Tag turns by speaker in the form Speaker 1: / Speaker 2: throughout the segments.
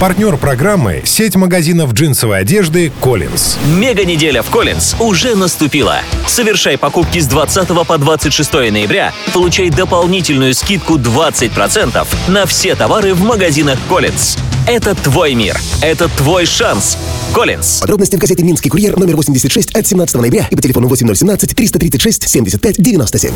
Speaker 1: Партнер программы – сеть магазинов джинсовой одежды «Коллинз».
Speaker 2: Мега неделя в Коллинз уже наступила. Совершай покупки с 20 по 26 ноября, получай дополнительную скидку 20% на все товары в магазинах Коллинз. Это твой мир, это твой шанс. Коллинз.
Speaker 3: Подробности в газете «Минский курьер» номер 86 от 17 ноября и по телефону 8017 336 75 97.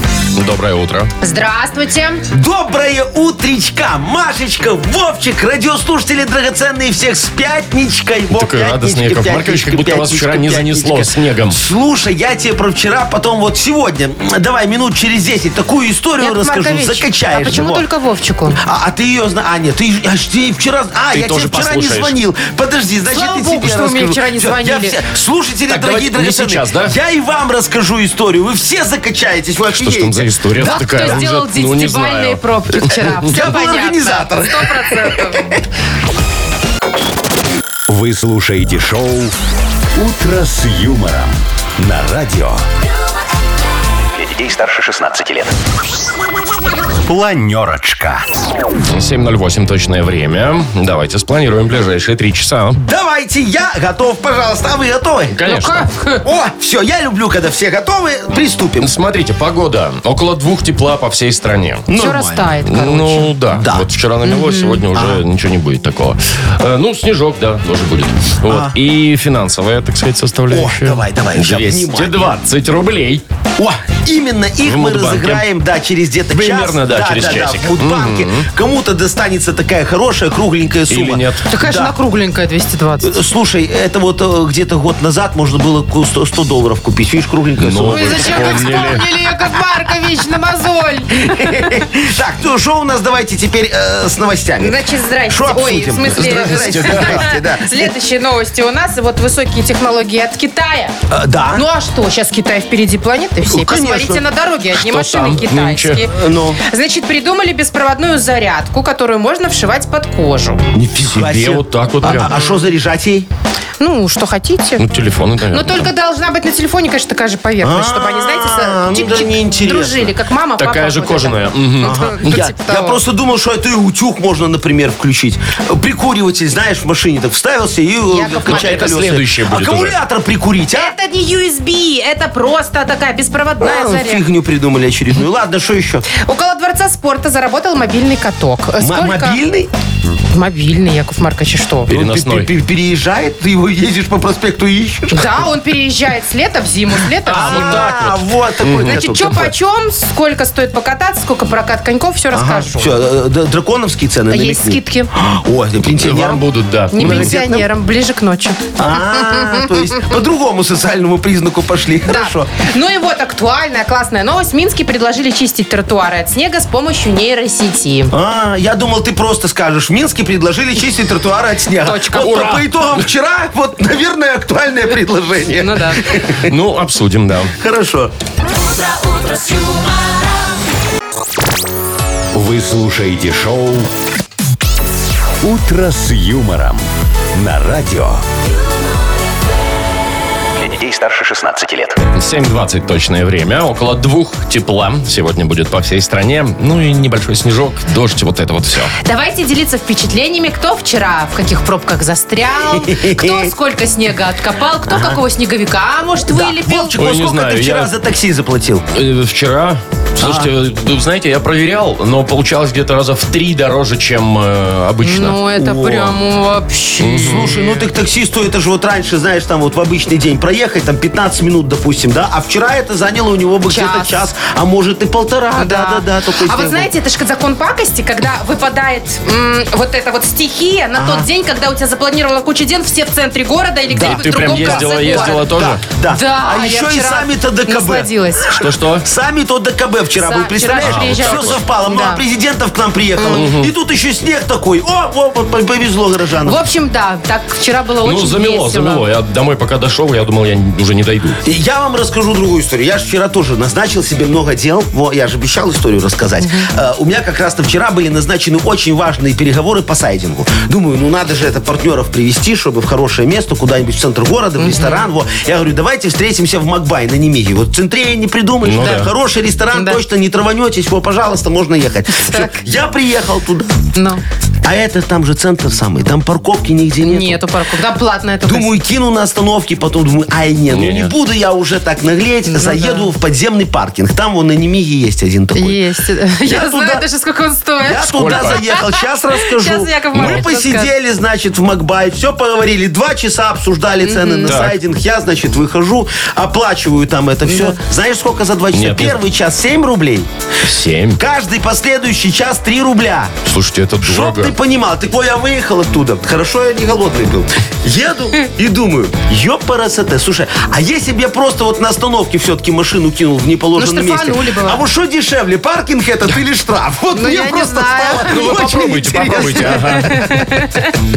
Speaker 4: Доброе утро.
Speaker 5: Здравствуйте.
Speaker 6: Доброе утречка, Машечка, Вовчик, радиослушатели драгоценные всех с пятничкой. Во,
Speaker 4: такой
Speaker 6: пятничка,
Speaker 4: радостный, Яков
Speaker 6: пятничка,
Speaker 4: Маркович, как будто вас
Speaker 6: пятничка,
Speaker 4: вчера не
Speaker 6: пятничка.
Speaker 4: занесло снегом.
Speaker 6: Слушай, я тебе про вчера, потом вот сегодня, м, давай минут через 10, такую историю
Speaker 5: Яков
Speaker 6: Ну, расскажу,
Speaker 5: Маркович,
Speaker 6: закачаешь.
Speaker 5: А почему
Speaker 6: его.
Speaker 5: только Вовчику?
Speaker 6: А, а ты ее знаешь. А, нет, ты, ж- а ж ты вчера... А,
Speaker 4: Ты
Speaker 6: я тебе
Speaker 4: тоже
Speaker 6: вчера
Speaker 4: послушаешь.
Speaker 6: не звонил. Подожди, значит,
Speaker 5: Слава
Speaker 6: я
Speaker 5: богу,
Speaker 6: тебе
Speaker 5: что вы мне
Speaker 6: расскажу.
Speaker 5: вчера не
Speaker 6: Всё, я
Speaker 5: звонили.
Speaker 6: все- Слушатели,
Speaker 4: Так,
Speaker 6: дорогие
Speaker 4: давайте не
Speaker 6: драгоценные,
Speaker 4: сейчас, да?
Speaker 6: я и вам расскажу историю. Вы все закачаетесь, вы
Speaker 4: Что ж там за
Speaker 6: офигеете.
Speaker 4: история
Speaker 6: Да,
Speaker 4: такая?
Speaker 5: Кто
Speaker 4: уже?
Speaker 5: сделал
Speaker 4: ну, не
Speaker 5: десятибальные
Speaker 4: знаю.
Speaker 5: пробки вчера? Все
Speaker 6: был
Speaker 5: понятно.
Speaker 6: организатор.
Speaker 5: Сто процентов.
Speaker 7: Вы слушаете шоу «Утро с юмором» на радио. Для детей старше 16 лет. Планерочка.
Speaker 4: 7.08 точное время. Давайте спланируем ближайшие три часа.
Speaker 6: Давайте, я готов, пожалуйста. А вы готовы?
Speaker 4: Конечно.
Speaker 6: О, все, я люблю, когда все готовы. Приступим.
Speaker 4: Смотрите, погода. Около двух тепла по всей стране.
Speaker 5: Все растает, короче.
Speaker 4: Ну да. А.
Speaker 6: Да.
Speaker 4: Вот вчера намело, сегодня уже ничего не будет такого. Э, Ну, снежок, да, тоже будет. Вот. И финансовая, так сказать, составляющая.
Speaker 6: О, давай, давай, я
Speaker 4: 220 рублей.
Speaker 6: О, именно их
Speaker 4: В
Speaker 6: мы
Speaker 4: Мудбанке.
Speaker 6: разыграем, да, через где-то час.
Speaker 4: Примерно, да, через часик.
Speaker 6: в Мудбанке. Кому-то достанется такая хорошая кругленькая
Speaker 4: Или
Speaker 6: сумма.
Speaker 4: нет?
Speaker 5: Такая же
Speaker 6: Да.
Speaker 5: она кругленькая, 220.
Speaker 6: Э, Слушай, это вот э, где-то год назад можно было ку- 100, 100 долларов купить. Видишь, кругленькая
Speaker 4: Ну,
Speaker 6: сумма.
Speaker 5: Вы
Speaker 4: Вы
Speaker 5: зачем так
Speaker 4: вспомнили.
Speaker 5: вспомнили, Яков Маркович, на мозоль?
Speaker 6: Так, ну что у нас давайте теперь э, с новостями?
Speaker 5: Значит, здрасте.
Speaker 6: Шо
Speaker 5: Ой, в
Speaker 6: обсудим?
Speaker 5: смысле...
Speaker 6: Здрасте, здрасте, да.
Speaker 5: Следующие новости у нас. Вот высокие технологии от Китая.
Speaker 6: Э, Да.
Speaker 5: Ну а что, сейчас Китай впереди планеты всей.
Speaker 6: Ну, конечно.
Speaker 5: Посмотрите на дороге, одни
Speaker 4: Что
Speaker 5: машины
Speaker 4: там
Speaker 5: китайские.
Speaker 4: нынче?
Speaker 6: Ну.
Speaker 5: Значит, придумали беспроводную зарядку, которую можно вшивать под кожу.
Speaker 6: Нифига
Speaker 4: Тебе
Speaker 6: себе.
Speaker 4: вот так вот
Speaker 6: А-
Speaker 4: прям.
Speaker 6: А что заряжать ей?
Speaker 5: Ну, что хотите.
Speaker 4: Ну, телефоны, наверное.
Speaker 5: Но только должна быть на телефоне, конечно, такая же поверхность, чтобы они, знаете,
Speaker 6: А,
Speaker 5: со-
Speaker 6: ну да
Speaker 5: чик-чик
Speaker 6: неинтересно.
Speaker 5: дружили, как мама, папа.
Speaker 4: Такая же
Speaker 5: вот это.
Speaker 4: кожаная. Мгм.
Speaker 5: Ну, ну,
Speaker 6: Я,
Speaker 5: типа
Speaker 6: я
Speaker 5: того.
Speaker 6: просто думал, что это и утюг можно, например, включить. Э, Прикуриватель, знаешь, в машине так вставился и
Speaker 5: Яков
Speaker 6: э, качай
Speaker 5: Маркович.
Speaker 4: Это
Speaker 6: колеса.
Speaker 4: следующее будет
Speaker 6: Аккумулятор прикурить, а?
Speaker 5: Это не USB, это просто такая беспроводная
Speaker 6: А,
Speaker 5: зарядка.
Speaker 6: Фигню придумали очередную. Ладно, что еще?
Speaker 5: Около Дворца спорта заработал мобильный каток. Э,
Speaker 6: М-
Speaker 5: сколько-
Speaker 6: мобильный?
Speaker 5: Мобильный, Яков Маркович, и что?
Speaker 6: Он
Speaker 4: Переносной.
Speaker 6: пе- пе- переезжает, ты его едешь по проспекту и ищешь.
Speaker 5: Да, он переезжает с лета в зиму, с лета в зиму.
Speaker 6: А, вот такой.
Speaker 5: Значит, что почем, сколько стоит покататься, сколько прокат коньков, все расскажу.
Speaker 6: Все, э, драконовские цены
Speaker 5: А Есть
Speaker 6: намекни.
Speaker 5: скидки.
Speaker 6: Ой, да,
Speaker 4: Вам
Speaker 6: пенсионерам.
Speaker 4: будут, да.
Speaker 5: Не
Speaker 4: Ну,
Speaker 5: пенсионерам, ближе к ночи.
Speaker 6: А, то есть по другому социальному признаку пошли. Хорошо.
Speaker 5: Ну и вот актуальная классная новость. Минске предложили чистить тротуары от снега с помощью нейросети.
Speaker 6: А, я думал, ты просто скажешь. В Минске предложили чистить тротуары от снега.
Speaker 5: Точка.
Speaker 6: Вот
Speaker 5: Ура.
Speaker 6: по итогам вчера, вот, наверное, актуальное предложение.
Speaker 5: Ну да.
Speaker 4: Ну, обсудим, да.
Speaker 6: Хорошо.
Speaker 7: Вы слушаете шоу «Утро с юмором» на радио. Для детей старше 16 лет.
Speaker 4: 7.20 точное время. Около двух тепла сегодня будет по всей стране. Ну и небольшой снежок, дождь, вот это вот все.
Speaker 5: Давайте делиться впечатлениями, кто вчера в каких пробках застрял, кто сколько снега откопал, кто какого снеговика, а может, вылепил.
Speaker 6: Вовчик,
Speaker 4: Ой,
Speaker 6: во
Speaker 4: не
Speaker 6: сколько
Speaker 4: знаю,
Speaker 6: ты вчера
Speaker 4: я-
Speaker 6: за такси заплатил?
Speaker 4: Э, Вчера, слушайте,
Speaker 5: А.
Speaker 4: вы знаете, я проверял, но получалось где-то раза в три дороже, чем э, обычно.
Speaker 5: Ну, это прям вообще...
Speaker 6: Слушай, ну ты к таксисту, это же вот раньше, знаешь, там вот в обычный день проехать, там 15 минут, допустим, да? А вчера это заняло у него бы
Speaker 5: Час.
Speaker 6: где-то час, а может и полтора, да-да-да.
Speaker 5: А вот знаете, это же закон пакости, когда выпадает м, вот эта вот стихия на тот день, когда у тебя запланирована куча дел, все в центре города или
Speaker 4: Да,
Speaker 5: где-нибудь
Speaker 4: ты
Speaker 5: в
Speaker 4: прям
Speaker 5: другом
Speaker 4: ездила,
Speaker 5: конце
Speaker 4: ездила
Speaker 5: города.
Speaker 4: тоже?
Speaker 6: Да,
Speaker 5: Да,
Speaker 6: а
Speaker 5: я
Speaker 6: еще и
Speaker 5: вчера
Speaker 6: саммит АДКБ.
Speaker 5: Насладилась.
Speaker 4: Что-что?
Speaker 6: Саммит ОДКБ вчера
Speaker 5: Сам-
Speaker 6: был, представляешь?
Speaker 5: вчера приезжал
Speaker 6: Все
Speaker 5: тоже.
Speaker 6: совпало, много
Speaker 5: Да.
Speaker 6: президентов к нам приехало. И тут еще снег такой. О, о, вот повезло горожанам.
Speaker 5: В общем, да, так вчера было
Speaker 4: Ну,
Speaker 5: очень
Speaker 4: замело,
Speaker 5: весело.
Speaker 4: замело. Я домой пока дошел, я думал, я уже не дойду.
Speaker 6: И Я вам расскажу другую историю. Я же вчера тоже назначил себе много дел. Во, я же обещал историю рассказать. Э, у меня как раз-то вчера были назначены очень важные переговоры по сайдингу. Думаю, ну надо же это партнеров привести, чтобы в хорошее место, куда-нибудь в центр города, в ресторан. Во. Я говорю, давайте встретимся в Макбай на Немиге. Вот центрее не придумаешь.
Speaker 4: Ну
Speaker 6: да,
Speaker 4: да.
Speaker 6: Хороший ресторан,
Speaker 5: Да.
Speaker 6: точно не траванетесь. Во, пожалуйста, можно ехать. Всё,
Speaker 5: Так.
Speaker 6: я приехал туда.
Speaker 5: Ну,
Speaker 6: А это там же центр самый. Там парковки нигде нету.
Speaker 5: нету парковки. Да, платная только.
Speaker 6: Думаю, кину на остановке, потом думаю, ай, нет, ну не
Speaker 4: Нет.
Speaker 6: буду я уже так наглеть,
Speaker 5: Ну
Speaker 6: заеду в подземный паркинг. Там вон на Немиге есть один такой.
Speaker 5: Есть. Я,
Speaker 6: Я
Speaker 5: знаю
Speaker 6: туда-
Speaker 5: даже, сколько он стоит.
Speaker 6: Я туда заехал, сейчас расскажу.
Speaker 5: Щас Яков
Speaker 6: Мы
Speaker 5: Маркович
Speaker 6: посидели, значит, в Макбай, все поговорили, два часа обсуждали цены на сайдинг. Я, значит, выхожу, оплачиваю там это все. Знаешь, сколько за два часа?
Speaker 4: Нет, нет.
Speaker 6: Первый час 7 рублей,
Speaker 4: Семь.
Speaker 6: каждый последующий час 3 рубля.
Speaker 4: Слушайте, это
Speaker 6: Чтоб ты
Speaker 4: дорого.
Speaker 6: понимал, ты я выехал оттуда. Хорошо, я не голодный был. Еду и думаю, ёпарасоте. Слушай, а если бы я просто вот на остановке все-таки машину кинул в неположенном
Speaker 5: Ну,
Speaker 6: месте?
Speaker 5: штрафанули бы вас.
Speaker 6: А вот что дешевле, паркинг этот или штраф? Вот
Speaker 5: Ну,
Speaker 6: мне
Speaker 5: я не
Speaker 6: просто
Speaker 5: знаю.
Speaker 6: стало
Speaker 4: Ну вы
Speaker 6: очень
Speaker 4: попробуйте,
Speaker 6: интересно.
Speaker 4: попробуйте. ага.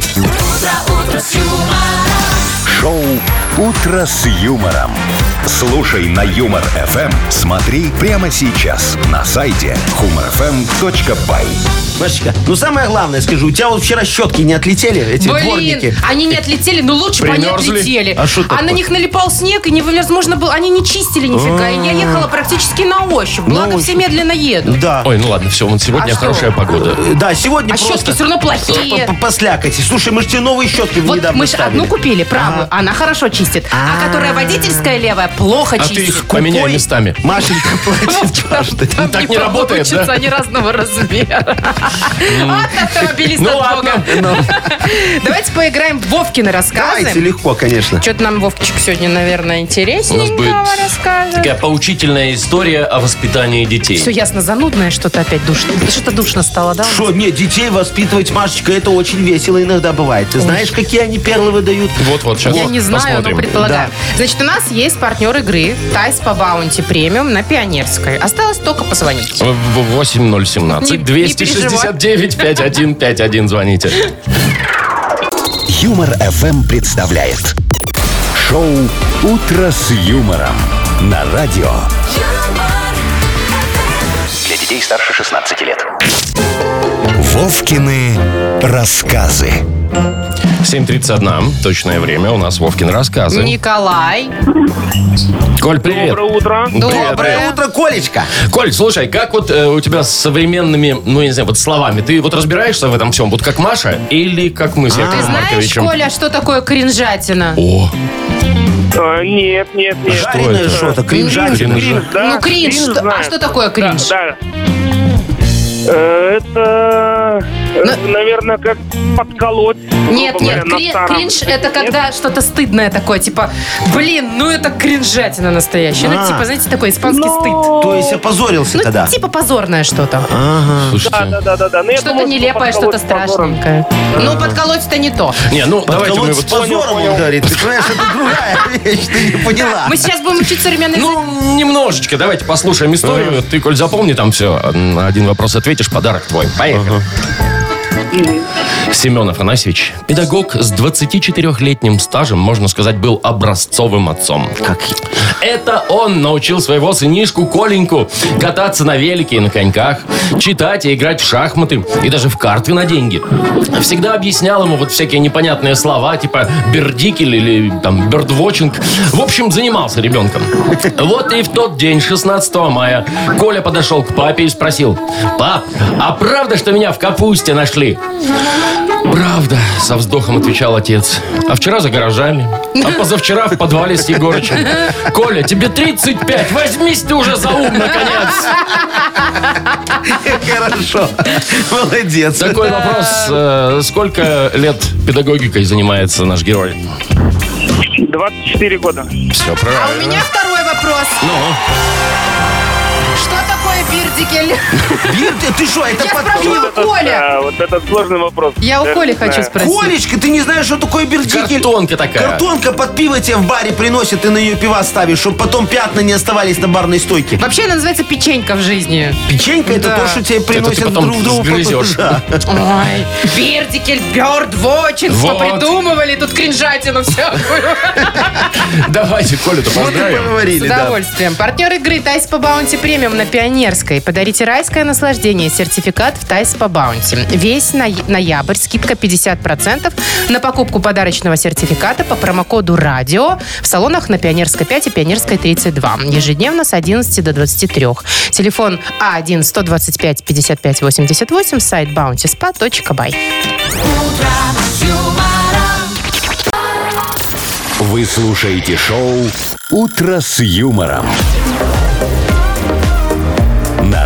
Speaker 7: Шоу «Утро с юмором». Слушай на Юмор ФМ. Смотри прямо сейчас на сайте humorfm.by.
Speaker 6: Машечка, ну самое главное, скажи, у тебя вот вчера щетки не отлетели, эти
Speaker 5: Блин,
Speaker 6: дворники?
Speaker 5: они не отлетели, ну лучше бы они
Speaker 4: Примерзли?
Speaker 5: отлетели.
Speaker 6: А что такое?
Speaker 5: на них налипал снег, и не вымерз. Можно было, они не чистили нифига. И
Speaker 6: А.
Speaker 5: я ехала практически на ощупь. Благо, все медленно едут.
Speaker 6: Да.
Speaker 4: Ой, ну ладно, все, вот сегодня
Speaker 5: А
Speaker 4: хорошая
Speaker 5: что?
Speaker 4: погода.
Speaker 6: Э, Да, сегодня
Speaker 5: А щетки
Speaker 6: просто...
Speaker 5: все равно плохие.
Speaker 6: по- по- Послякайте. Слушай, мы же тебе новые щетки
Speaker 5: Вот
Speaker 6: недавно
Speaker 5: мы же
Speaker 6: ставили.
Speaker 5: одну купили, правую, она хорошо чистит. А которая водительская левая, плохо
Speaker 4: А ты
Speaker 5: чистит.
Speaker 4: их поменяй
Speaker 6: Ой,
Speaker 4: местами.
Speaker 6: Машенька, платит
Speaker 5: Вовчик,
Speaker 6: каждый.
Speaker 5: Там
Speaker 4: Так не работает,
Speaker 5: получится,
Speaker 4: да?
Speaker 5: они разного размера. От автомобилиста
Speaker 4: Ну ладно.
Speaker 5: Бога. Давайте поиграем в Вовкины
Speaker 6: Давайте,
Speaker 5: рассказы.
Speaker 6: легко, конечно.
Speaker 5: Что-то нам Вовчик сегодня, наверное,
Speaker 4: У нас будет
Speaker 5: интересненького расскажет.
Speaker 4: такая поучительная история о воспитании детей.
Speaker 5: Все ясно, занудное что-то опять душно. Что-то душно стало, да?
Speaker 6: Что, не, детей воспитывать, Машечка, это очень весело иногда бывает. Ты знаешь, какие они перлы выдают?
Speaker 4: Вот-вот, сейчас
Speaker 5: Я не знаю,
Speaker 4: посмотрим.
Speaker 5: но предполагаю. Значит, у нас есть партнер игры Тайс по Баунти Премиум на Пионерской. Осталось только позвонить.
Speaker 4: В- в-
Speaker 5: Не-
Speaker 4: 8017
Speaker 5: не
Speaker 4: 269 5151 звоните.
Speaker 7: Юмор ФМ представляет. Шоу «Утро с юмором» на радио. Для детей старше 16 лет. Вовкины рассказы.
Speaker 4: 7.31, точное время, у нас Вовкин рассказы.
Speaker 5: Николай.
Speaker 4: Коль, привет.
Speaker 8: Доброе утро.
Speaker 4: Привет, привет.
Speaker 6: Доброе утро, Колечка.
Speaker 4: Коль, слушай, как вот э, у тебя с современными, ну, я не знаю, вот словами, ты вот разбираешься в этом всем, вот как Маша или как мы с
Speaker 5: А. Ты
Speaker 6: А,
Speaker 4: Яковом
Speaker 5: знаешь,
Speaker 4: Марковичем?
Speaker 5: Коля, что такое кринжатина?
Speaker 4: О,
Speaker 8: А, нет, нет, нет.
Speaker 6: Жареное
Speaker 4: это?
Speaker 6: что-то,
Speaker 4: Кринжатина.
Speaker 6: кринжатина.
Speaker 8: Кринж, да.
Speaker 5: ну, кринж. что- а
Speaker 8: знаю.
Speaker 5: что такое кринж?
Speaker 8: Да. Э, Это, э,
Speaker 5: Ну.
Speaker 8: наверное, как подколоть. грубо
Speaker 5: Нет,
Speaker 8: говоря,
Speaker 5: нет,
Speaker 8: на
Speaker 5: кри-
Speaker 8: старом.
Speaker 5: кринж это
Speaker 8: Нет?
Speaker 5: когда что-то стыдное такое, типа, блин, ну это кринжатина настоящая. Ну,
Speaker 6: А.
Speaker 5: типа, знаете, такой испанский
Speaker 8: Ну,
Speaker 5: стыд.
Speaker 6: То есть опозорился
Speaker 5: Ну,
Speaker 6: тогда.
Speaker 5: типа позорное что-то.
Speaker 6: А.
Speaker 8: Да,
Speaker 4: слушайте.
Speaker 8: да, да, да, да. Ну, я
Speaker 5: Что-то
Speaker 8: думаю,
Speaker 5: нелепое, что-то
Speaker 8: подколоть с позором.
Speaker 5: страшненькое. Ну, подколоть это не то.
Speaker 4: Не, ну, давайте мы
Speaker 6: Подколоть с
Speaker 4: вот...
Speaker 6: позором, он говорит. Ты понимаешь, это другая вещь, ты не поняла.
Speaker 5: Мы сейчас будем учить современный язык.
Speaker 4: Ну, немножечко, давайте послушаем историю. Ты, Коль, запомни там все. На один вопрос ответишь, подарок твой. Поехали. Семен Афанасьевич, педагог с 24-летним стажем, можно сказать, был образцовым отцом. Как? Это он научил своего сынишку Коленьку кататься на велике и на коньках, читать и играть в шахматы, и даже в карты на деньги. Всегда объяснял ему вот всякие непонятные слова, типа бердикель или там бердвочинг. В общем, занимался ребенком. Вот и в тот день, 16 мая, Коля подошел к папе и спросил, «Пап, а правда, что меня в капусте нашли?» «Правда», — со вздохом отвечал отец. «А вчера за гаражами, а позавчера в подвале с Егорычем. Коля, тебе 35, возьмись ты уже за ум, наконец!»
Speaker 6: Хорошо. Молодец.
Speaker 4: Такой вопрос. э, Сколько лет педагогикой занимается наш герой?
Speaker 8: 24 года.
Speaker 4: Все
Speaker 5: А у А
Speaker 4: правильно.
Speaker 5: меня второй вопрос.
Speaker 4: Ну,
Speaker 5: Что такое бирдикель?
Speaker 6: Бир, ты- ты что, это
Speaker 5: Я
Speaker 6: под
Speaker 5: спрашиваю.
Speaker 6: пиво?
Speaker 8: Вот это,
Speaker 5: Коля.
Speaker 8: да, вот это сложный вопрос.
Speaker 5: Я у
Speaker 8: Даже
Speaker 5: Коли
Speaker 8: не знаю.
Speaker 5: хочу спросить.
Speaker 6: Колечка, ты не знаешь, что такое бердикель?
Speaker 4: Картонка такая.
Speaker 6: Картонка под пиво тебе в баре приносит, ты на нее пива ставишь, чтобы потом пятна не оставались на барной стойке.
Speaker 5: Вообще она называется печенька в жизни.
Speaker 6: Печенька это
Speaker 5: Ну, Да.
Speaker 6: то, что тебе
Speaker 4: Это ты
Speaker 6: приносят
Speaker 4: потом
Speaker 6: друг другу.
Speaker 4: сгрызешь.
Speaker 6: Да.
Speaker 5: Ой, Бердикель, Бёрд, Вочин,
Speaker 4: Вот.
Speaker 5: попридумывали тут кринжатину всякую.
Speaker 4: Давайте Колю-то
Speaker 6: Вот и
Speaker 4: поздравим.
Speaker 6: поговорили,
Speaker 5: С
Speaker 6: да.
Speaker 5: удовольствием. Партнер игры Тайс по Баунти премиум на Пионерской. Подарите райское наслаждение. Сертификат в Тайс по Баунти. Весь ноя- ноябрь скидка 50% на покупку подарочного сертификата по промокоду «Радио» в салонах на Пионерской 5 и Пионерской 32. Ежедневно с 11 до 23. Телефон А1-125-55-88, сайт bountyspa.by.
Speaker 7: Вы слушаете шоу «Утро с юмором». На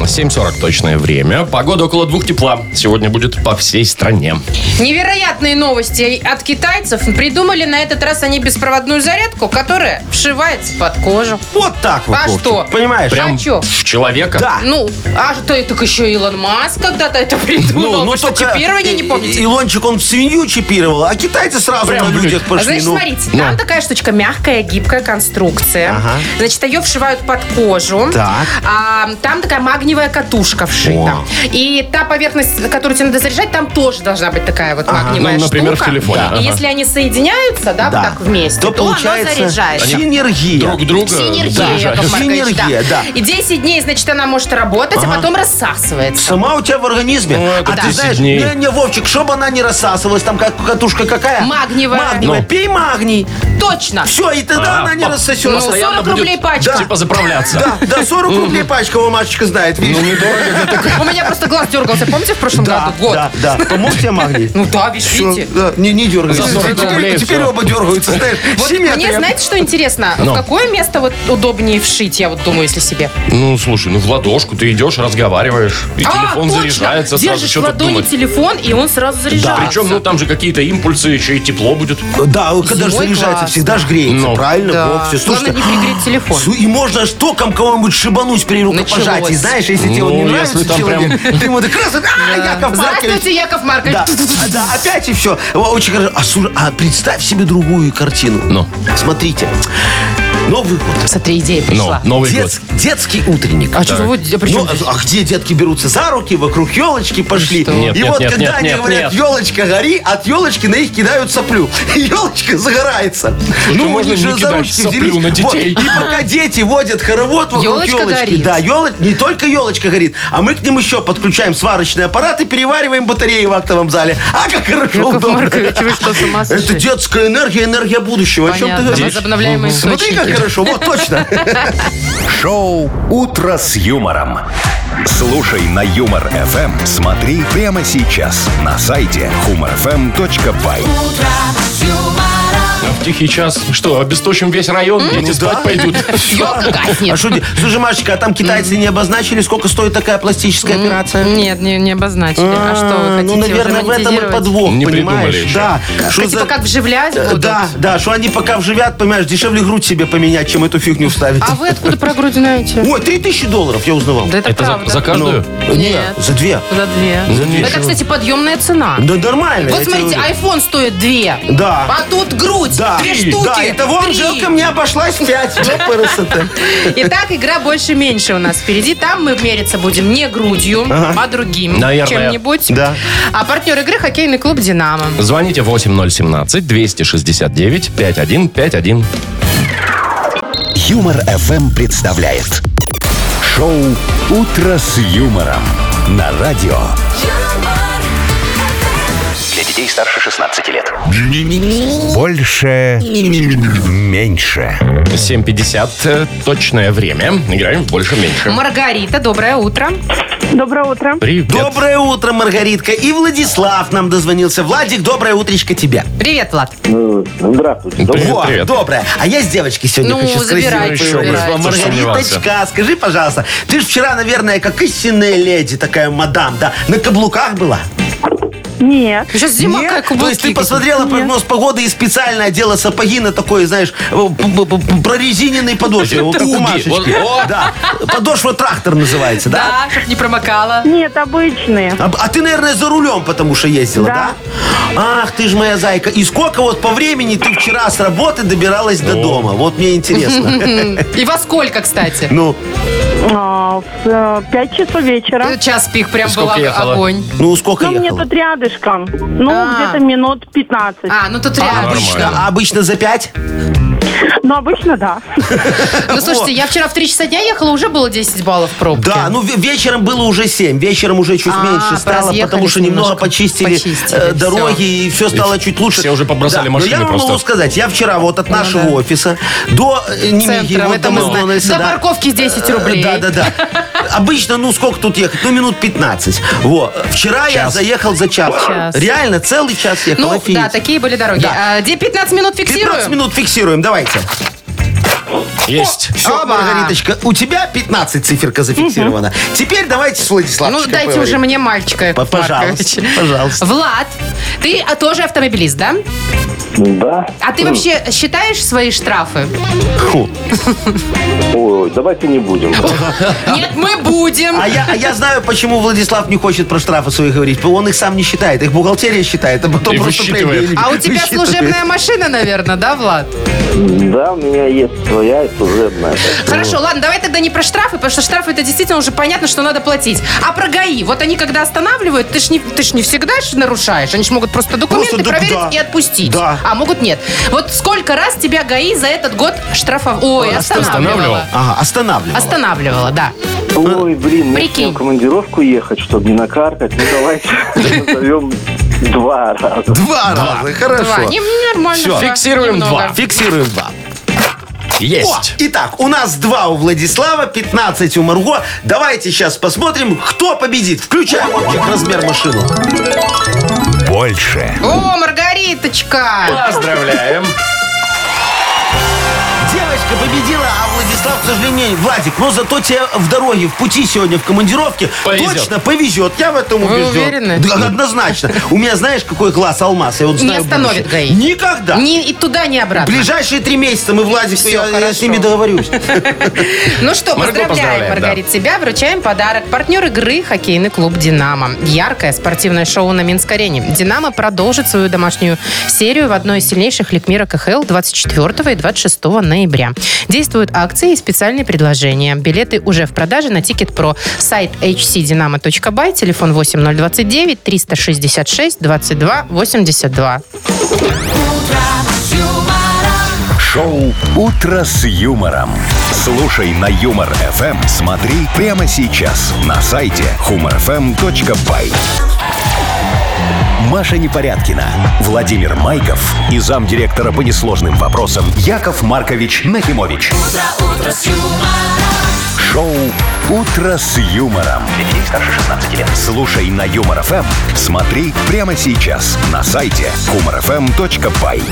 Speaker 4: 7.40 точное время. Погода около двух тепла. Сегодня будет по всей стране.
Speaker 5: Невероятные новости от китайцев. Придумали на этот раз они беспроводную зарядку, которая вшивается под кожу.
Speaker 6: Вот так вот.
Speaker 5: А
Speaker 6: Вовчик,
Speaker 5: что?
Speaker 6: Понимаешь?
Speaker 4: Прям
Speaker 5: А чё?
Speaker 4: в человека.
Speaker 6: Да.
Speaker 5: Ну, а что, и так еще Илон Маск когда-то это придумал. Ну, Вы что,
Speaker 6: Ну, только
Speaker 5: чипирование не
Speaker 6: И-
Speaker 5: помните?
Speaker 6: Илончик, он свинью чипировал, а китайцы сразу
Speaker 4: Прям
Speaker 6: на
Speaker 4: в
Speaker 6: людях
Speaker 5: А
Speaker 6: пошли.
Speaker 5: значит,
Speaker 6: ну.
Speaker 5: смотрите, там такая штучка мягкая, гибкая конструкция. Значит, ее вшивают под кожу.
Speaker 6: Так.
Speaker 5: А, там такая магниевая катушка вшита.
Speaker 6: О.
Speaker 5: И та поверхность, которую тебе надо заряжать, там тоже должна быть такая вот магниевая
Speaker 4: Ну, например, в
Speaker 5: штука.
Speaker 4: телефоне.
Speaker 5: И
Speaker 4: Ага.
Speaker 5: если они соединяются, да,
Speaker 6: Да.
Speaker 5: вот так вместе,
Speaker 6: то,
Speaker 5: то,
Speaker 6: получается
Speaker 5: она заряжается.
Speaker 6: синергия.
Speaker 4: Друг друга.
Speaker 5: Синергия,
Speaker 4: Да.
Speaker 5: Яков Маркович,
Speaker 6: Синергия, да.
Speaker 5: И 10 дней, значит, она может работать, а потом рассасывается.
Speaker 6: Сама у тебя в организме.
Speaker 4: Ну, это
Speaker 6: а ты
Speaker 4: 10
Speaker 6: знаешь,
Speaker 4: дней.
Speaker 5: ну,
Speaker 6: не, не, Вовчик, чтобы она не рассасывалась, там как катушка какая?
Speaker 5: Магниевая.
Speaker 6: Магниевая. Пей магний.
Speaker 5: Точно.
Speaker 6: Все, и тогда
Speaker 4: Ну. А,
Speaker 6: она не
Speaker 4: по-
Speaker 6: рассосется.
Speaker 5: Ну, 40
Speaker 4: будет-
Speaker 5: рублей пачка.
Speaker 4: Типа заправляться.
Speaker 6: Да, да, 40 рублей пачка у мальчика знает,
Speaker 4: Ну,
Speaker 6: видишь?
Speaker 5: У меня просто глаз дергался, помните, в прошлом
Speaker 6: да,
Speaker 5: году? Год.
Speaker 6: да, да. Помог тебе магний?
Speaker 5: Ну да, видишь,
Speaker 6: Всё,
Speaker 5: видите.
Speaker 6: да, не, не дергайся.
Speaker 4: За 40
Speaker 6: Теперь-
Speaker 4: рублей
Speaker 6: Теперь
Speaker 4: всё.
Speaker 6: оба дергаются, знаешь.
Speaker 5: Вот
Speaker 6: Симметрия.
Speaker 5: мне, знаете, что интересно?
Speaker 4: Ну.
Speaker 5: В какое место вот удобнее вшить, я вот думаю, если себе?
Speaker 4: Ну, слушай, ну в ладошку ты идешь, разговариваешь, и телефон заряжается, сразу
Speaker 5: А, Держишь в
Speaker 4: что-то
Speaker 5: ладони
Speaker 4: думать.
Speaker 5: телефон, Ну, и он сразу заряжается.
Speaker 4: Причем, ну, там же какие-то импульсы, еще и тепло будет.
Speaker 6: Да, вот когда же
Speaker 5: Зимой
Speaker 6: заряжается,
Speaker 5: классно.
Speaker 6: всегда же греется,
Speaker 4: Ну.
Speaker 6: правильно?
Speaker 5: Да.
Speaker 6: Вов, всё.
Speaker 5: Главное,
Speaker 6: Слушайте,
Speaker 5: не пригреть телефон.
Speaker 6: су- и можно ж током кого-нибудь шибануть при рукопожатии.
Speaker 5: Началось.
Speaker 6: Знаешь, если тебе он
Speaker 4: Ну,
Speaker 6: не
Speaker 4: если
Speaker 6: нравится
Speaker 4: там
Speaker 6: человек, ты ему так раз, а, Яков Маркович.
Speaker 5: Здравствуйте, Яков Маркович.
Speaker 6: Да, а, да, опять и все. Очень хорошо. А, слушай, а представь себе другую картину.
Speaker 4: Ну.
Speaker 6: Смотрите. Новый год.
Speaker 5: Смотри, идея
Speaker 4: Ну,
Speaker 5: пришла.
Speaker 4: Новый
Speaker 6: Детс- Детский утренник.
Speaker 5: А что, вот, а при
Speaker 6: Ну,
Speaker 5: чем
Speaker 6: а,
Speaker 5: здесь?
Speaker 6: а где детки берутся за руки, вокруг елочки пошли.
Speaker 4: Нет,
Speaker 6: и
Speaker 4: нет,
Speaker 6: вот
Speaker 4: нет,
Speaker 6: когда
Speaker 4: нет,
Speaker 6: они
Speaker 4: нет,
Speaker 6: говорят,
Speaker 4: нет.
Speaker 6: елочка гори, от елочки на них кидают соплю. И елочка загорается. Ну, у
Speaker 4: а можно
Speaker 6: них
Speaker 4: не
Speaker 6: же за
Speaker 4: кидать
Speaker 6: ручки
Speaker 4: соплю
Speaker 6: взялись.
Speaker 4: на
Speaker 6: Вот,
Speaker 4: детей.
Speaker 6: И пока дети водят хоровод вокруг
Speaker 5: Ёлочка
Speaker 6: елочки.
Speaker 5: горит.
Speaker 6: Да, ело- не только елочка горит, а мы к ним еще подключаем сварочный аппарат и перевариваем батареи в актовом зале. А как хорошо
Speaker 5: Яков
Speaker 6: удобно.
Speaker 5: Маркович, вы что, с ума
Speaker 6: Это
Speaker 5: сошли?
Speaker 6: детская энергия, энергия будущего. О чем ты
Speaker 5: Понятно,
Speaker 6: говоришь?
Speaker 5: возобновляемые
Speaker 6: Смотри, как
Speaker 5: источники.
Speaker 6: хорошо, вот точно.
Speaker 7: Шоу «Утро с юмором». Слушай на Юмор ФМ. Смотри прямо сейчас на сайте humorfm.by.
Speaker 4: А В тихий час. Что, обесточим весь район?
Speaker 5: Ну
Speaker 4: Дети спать пойдут.
Speaker 5: Ёлка
Speaker 6: А
Speaker 5: гаснет.
Speaker 6: что де- Слушай, Машечка, а там китайцы не обозначили, сколько стоит такая пластическая операция?
Speaker 5: Нет, не, не обозначили. А, что вы
Speaker 6: А,
Speaker 5: хотите
Speaker 6: Ну, наверное,
Speaker 5: уже
Speaker 6: в этом и
Speaker 5: монетизировать?
Speaker 6: подвох,
Speaker 4: Не
Speaker 6: понимаешь?
Speaker 4: придумали еще.
Speaker 6: Да. Что
Speaker 5: Типа
Speaker 6: за-
Speaker 5: как вживлять
Speaker 6: Э,
Speaker 5: будут?
Speaker 6: Да, да, что они пока вживят, понимаешь, дешевле грудь себе поменять, чем эту фигню вставить.
Speaker 5: А вы откуда про грудь знаете?
Speaker 6: Ой, 3000 долларов, я узнавал.
Speaker 5: Да это,
Speaker 4: Это за- Ну,
Speaker 5: правда. Ну,
Speaker 4: за каждую?
Speaker 6: Э, не,
Speaker 5: Нет.
Speaker 6: за две.
Speaker 5: За две.
Speaker 4: две.
Speaker 5: Это, кстати, подъемная цена.
Speaker 6: Да нормально.
Speaker 5: Вот
Speaker 6: я тебе
Speaker 5: смотрите,
Speaker 6: говорю.
Speaker 5: iPhone стоит две.
Speaker 6: Да.
Speaker 5: А тут грудь.
Speaker 6: Да,
Speaker 5: Две
Speaker 6: Три.
Speaker 5: штуки.
Speaker 6: да, это вон
Speaker 5: Три.
Speaker 6: жилка мне обошлась 5.
Speaker 5: Итак, игра больше-меньше у нас впереди. Там мы мериться будем не грудью, а другим.
Speaker 4: Наверное.
Speaker 5: Чем-нибудь.
Speaker 6: Да.
Speaker 5: А партнер игры хоккейный клуб «Динамо».
Speaker 4: Звоните 8017-269-5151.
Speaker 7: Юмор ФМ представляет. Шоу «Утро с юмором» на радио. Для детей старше 16 лет.
Speaker 1: Больше.
Speaker 7: Меньше.
Speaker 4: 7.50. э, Точное время. Играем в больше-меньше.
Speaker 5: Маргарита, доброе утро.
Speaker 9: Доброе утро.
Speaker 4: Привет.
Speaker 6: Доброе утро, Маргаритка. И Владислав нам дозвонился. Владик, доброе утречко тебе.
Speaker 5: Привет, Влад.
Speaker 10: Здравствуйте.
Speaker 4: Привет,
Speaker 6: Во,
Speaker 4: привет.
Speaker 6: доброе. А я с девочкой сегодня
Speaker 5: Ну,
Speaker 6: хочу с красивой
Speaker 5: забирай,
Speaker 6: поговорить.
Speaker 4: Еще бы,
Speaker 5: Выбирайте.
Speaker 4: вам тоже сомневался.
Speaker 6: Маргариточка, скажи, пожалуйста, ты же вчера, наверное, как истинная леди, такая мадам, да, на каблуках была?
Speaker 9: Нет.
Speaker 5: Сейчас зима
Speaker 6: Нет?
Speaker 5: как
Speaker 6: То есть ты
Speaker 5: волки.
Speaker 6: посмотрела прогноз погоды и специально одела сапоги на такой, знаешь, э, п- п- п- прорезиненной подошве. Вот как у
Speaker 4: Уги.
Speaker 6: Машечки.
Speaker 4: Вот, о.
Speaker 6: Да. Подошва трактор называется, да?
Speaker 5: Да, чтоб не промокала.
Speaker 9: Нет, обычные.
Speaker 6: А, а ты, наверное, за рулем, потому что ездила, да.
Speaker 9: Да.
Speaker 6: Ах, ты ж моя зайка. И сколько вот по времени ты вчера с работы добиралась до дома? Вот мне интересно.
Speaker 5: И во сколько, кстати?
Speaker 6: Ну,
Speaker 9: А, в э, пять часов вечера.
Speaker 5: Э, Час пик прям был
Speaker 4: сколько ехала?
Speaker 5: огонь.
Speaker 6: ну сколько
Speaker 9: Ну, мне
Speaker 6: ехала?
Speaker 9: тут рядышком. Ну,
Speaker 5: А.
Speaker 9: где-то минут 15.
Speaker 5: А, ну тут
Speaker 6: А
Speaker 5: реально.
Speaker 6: обычно, а обычно за пять?
Speaker 9: Ну, обычно, да.
Speaker 5: Ну, слушайте, я вчера в 3 часа дня ехала, уже было 10 баллов пробки.
Speaker 6: Да, ну ве- вечером было уже 7, вечером уже чуть
Speaker 5: А,
Speaker 6: меньше стало,
Speaker 5: поразъехались
Speaker 6: потому что немного
Speaker 5: немножко.
Speaker 6: почистили,
Speaker 5: Почистили, всё.
Speaker 6: э, дороги, и все стало чуть лучше.
Speaker 4: все уже побросали
Speaker 6: Да,
Speaker 4: машины
Speaker 6: Но я вам
Speaker 4: просто.
Speaker 6: могу сказать, я вчера вот от нашего
Speaker 5: Ну да.
Speaker 6: офиса до э, Немиги,
Speaker 5: Центра,
Speaker 6: вот
Speaker 5: это
Speaker 6: до
Speaker 5: мы знаем.
Speaker 6: Макдональдса,
Speaker 5: До
Speaker 6: да. Э,
Speaker 5: парковки 10 рублей.
Speaker 6: Да, да, да. Обычно, ну, сколько тут ехать? Ну, минут 15. Во. Вчера я заехал за час.
Speaker 5: Час.
Speaker 6: Реально, целый час ехал.
Speaker 5: Ну,
Speaker 6: Офигеть.
Speaker 5: да, такие были дороги.
Speaker 6: Да.
Speaker 5: А, Где 15 минут
Speaker 6: 15
Speaker 5: фиксируем?
Speaker 6: минут фиксируем, давайте.
Speaker 4: Есть.
Speaker 6: Все,
Speaker 5: Опа.
Speaker 6: Маргариточка, у тебя 15 циферка зафиксирована. Теперь давайте с Владиславом.
Speaker 5: Ну, дайте уже мне мальчика.
Speaker 6: П-
Speaker 5: Яков
Speaker 6: пожалуйста,
Speaker 5: Маркович.
Speaker 6: пожалуйста.
Speaker 5: Влад, ты а, тоже автомобилист, да?
Speaker 10: Да.
Speaker 5: А ты вообще считаешь свои штрафы?
Speaker 10: Ой, давайте не будем.
Speaker 5: Нет, мы будем.
Speaker 6: А я, а я знаю, почему Владислав не хочет про штрафы свои говорить. Он их сам не считает, их бухгалтерия считает, а потом
Speaker 4: И
Speaker 6: просто
Speaker 4: высчитывает.
Speaker 6: премию
Speaker 5: А у тебя
Speaker 6: высчитывает.
Speaker 5: служебная машина, наверное, да, Влад?
Speaker 10: Да, у меня есть своя и служебная.
Speaker 5: Хорошо, ладно, давай тогда не про штрафы, потому что штрафы это действительно уже понятно, что надо платить. А про ГАИ. Вот они когда останавливают, ты ж не, ты ж не всегда ж нарушаешь. Они ж могут просто документы
Speaker 6: Просто да,
Speaker 5: проверить
Speaker 6: да.
Speaker 5: и отпустить.
Speaker 6: Да.
Speaker 5: А могут нет. Вот сколько раз тебя ГАИ за этот год штрафов... Ой,
Speaker 4: Останавливал?
Speaker 5: останавливала.
Speaker 6: Ага, останавливала.
Speaker 5: Останавливала, да.
Speaker 10: Ой, блин, мне
Speaker 5: Прикинь.
Speaker 10: в командировку ехать, чтобы не накаркать. Ну, давайте назовем два раза.
Speaker 6: Два, раза, хорошо.
Speaker 5: Два. Не, нормально.
Speaker 6: Всё,
Speaker 5: всё,
Speaker 4: фиксируем
Speaker 5: немного.
Speaker 6: Фиксируем два.
Speaker 4: Есть.
Speaker 6: О, итак, у нас два у Владислава, 15 у Марго. Давайте сейчас посмотрим, кто победит. Включаем Вовчик, размер машину.
Speaker 7: Больше.
Speaker 5: О, Маргариточка!
Speaker 4: Поздравляем.
Speaker 6: Девочка победила, а Владислав, к сожалению, Владик, но зато тебе в дороге, в пути сегодня, в командировке
Speaker 4: Повезет.
Speaker 6: точно повезет. Я в этом
Speaker 5: Вы
Speaker 6: убежден.
Speaker 5: уверены?
Speaker 6: Да, однозначно. У меня, знаешь, какой глаз алмаз? Я вот
Speaker 5: Не
Speaker 6: знаю
Speaker 5: остановит
Speaker 6: будущее.
Speaker 5: ГАИ.
Speaker 6: Никогда.
Speaker 5: Ни и туда, ни обратно.
Speaker 6: Ближайшие три месяца мы, Владик, я- я с
Speaker 5: хорошо.
Speaker 6: ними договорюсь.
Speaker 5: Ну что,
Speaker 4: Марго,
Speaker 5: поздравляем,
Speaker 4: поздравляем,
Speaker 5: Маргарит, тебя. Вручаем подарок. Партнер игры – хоккейный клуб «Динамо». Яркое спортивное шоу на Минск-арене. «Динамо» продолжит свою домашнюю серию в одной из сильнейших лиг мира КХЛ 24 и 26 ноября. Действуют акции и специальные предложения. Билеты уже в продаже на Тикет Про. Сайт hcdinamo.by, телефон 8029 366 22 82.
Speaker 7: Шоу «Утро с юмором». Слушай на Юмор ФМ. Смотри прямо сейчас на сайте humorfm.by. Маша Непорядкина, Владимир Майков и замдиректора по несложным вопросам Яков Маркович Нахимович. Шоу «Утро с юмором». Для детей старше 16 лет. Слушай на Юмор ФМ. Смотри прямо сейчас на сайте humorfm.by.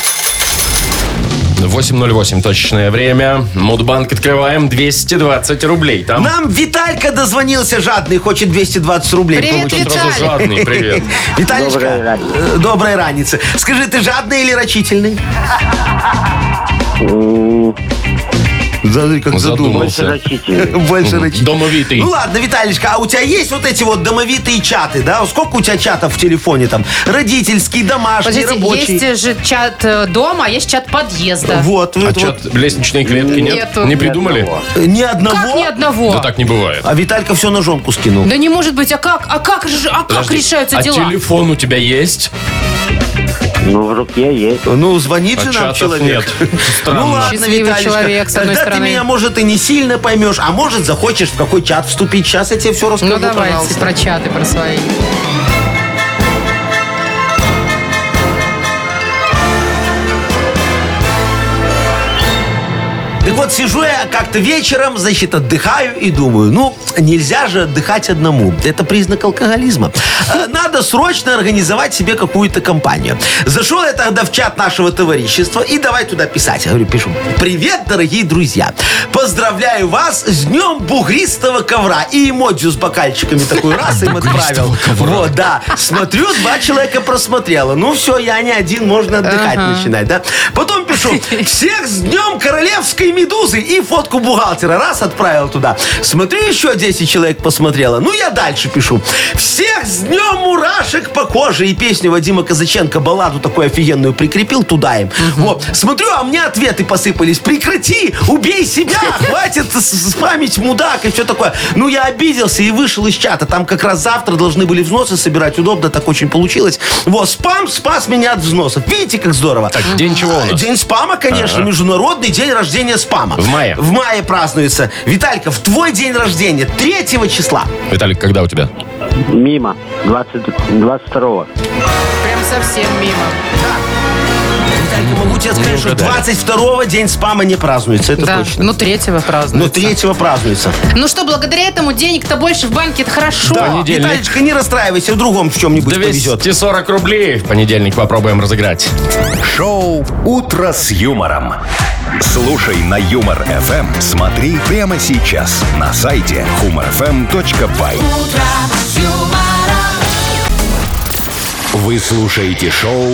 Speaker 4: 8.08 точное время. Мудбанк открываем 220 рублей. Там
Speaker 6: Нам Виталька дозвонился жадный, хочет 220 рублей
Speaker 5: Привет,
Speaker 6: получить.
Speaker 5: Виталик.
Speaker 4: сразу жадный привет.
Speaker 6: Виталечка,
Speaker 10: Доброй раницы.
Speaker 6: э, доброй раницы. Скажи, ты жадный или рачительный?
Speaker 10: М,
Speaker 6: Смотри, как
Speaker 4: Задумался.
Speaker 6: задумался. Больше
Speaker 4: Мгм.
Speaker 6: рачитель.
Speaker 4: Домовитый.
Speaker 6: Ну ладно, Виталичка, а у тебя есть вот эти вот домовитые чаты, да? Сколько у тебя чатов в телефоне там? Родительский, домашний,
Speaker 5: Подождите,
Speaker 6: рабочий.
Speaker 5: есть же чат э, дома, а есть чат подъезда.
Speaker 6: Вот,
Speaker 4: А
Speaker 6: вот,
Speaker 4: что,
Speaker 6: вот.
Speaker 4: лестничные клетки нет?
Speaker 5: Нету.
Speaker 4: Не придумали?
Speaker 6: Ни
Speaker 5: Как ни
Speaker 6: одного?
Speaker 5: одного?
Speaker 4: Да так не бывает.
Speaker 6: А Виталька все ножонку скинул.
Speaker 5: Да не может быть, а как? А как, же- а как
Speaker 4: Подожди,
Speaker 5: решаются
Speaker 4: а
Speaker 5: дела?
Speaker 4: телефон у тебя есть?
Speaker 10: Ну, в руке есть.
Speaker 6: Ну, звонит
Speaker 4: А
Speaker 6: же нам
Speaker 4: чатов
Speaker 6: человек.
Speaker 4: нет. Странно.
Speaker 6: Ну ладно,
Speaker 5: Счастливый
Speaker 6: Виталичка,
Speaker 5: человек, с одной
Speaker 6: тогда
Speaker 5: стороны.
Speaker 6: ты меня, может, и не сильно поймешь, а может, захочешь в какой чат вступить. Сейчас я тебе все расскажу,
Speaker 5: Ну давайте
Speaker 6: пожалуйста.
Speaker 5: про чаты, про свои.
Speaker 6: Так вот, сижу я как-то вечером, значит, отдыхаю и думаю, ну, нельзя же отдыхать одному. Это признак алкоголизма. Э, Надо срочно организовать себе какую-то компанию. Зашел я тогда в чат нашего товарищества и давай туда писать. Я говорю, пишу. Привет, дорогие друзья. Поздравляю вас с днем бугристого ковра. И эмодзю с бокальчиками такой раз им отправил. Вот, да. Смотрю, два человека просмотрела. Ну все, я не один, можно отдыхать начинать, да? Потом пишу, всех с днем королевской медузы и фотку бухгалтера. Раз отправил туда. Смотрю, еще 10 человек посмотрело. Ну, я дальше пишу. Всех с днем мурашек по коже. И песню Вадима Казаченко, балладу такую офигенную прикрепил туда им. Вот. Смотрю, а мне ответы посыпались. Прекрати, убей себя, хватит с- спамить мудак и все такое. Ну, я обиделся и вышел из чата. Там как раз завтра должны были взносы собирать. Удобно, так очень получилось. Вот, спам спас меня от взносов. Видите, как здорово.
Speaker 4: Так, день чего у нас?
Speaker 6: День спама, конечно, международный день рождения спама.
Speaker 4: В мае.
Speaker 6: В мае празднуется. Виталька, в твой день рождения, 3 числа.
Speaker 4: Виталик, когда у тебя?
Speaker 10: Мимо. 20, 22-го.
Speaker 5: Прям совсем мимо.
Speaker 6: Виталька, могу тебе сказать, что
Speaker 4: угадали.
Speaker 6: 22 день спама не празднуется, это
Speaker 5: да,
Speaker 6: точно.
Speaker 5: ну третьего
Speaker 6: Но
Speaker 5: празднуется.
Speaker 6: 3 празднуется.
Speaker 5: Ну что, благодаря этому денег-то больше в банке, это хорошо.
Speaker 4: Понедельник.
Speaker 6: Виталечка, не расстраивайся, в другом в чем-нибудь повезет.
Speaker 4: 240 рублей в понедельник попробуем разыграть.
Speaker 7: Шоу «Утро с юмором». Слушай на Юмор ФМ. Смотри прямо сейчас на сайте humorfm.by. Вы слушаете шоу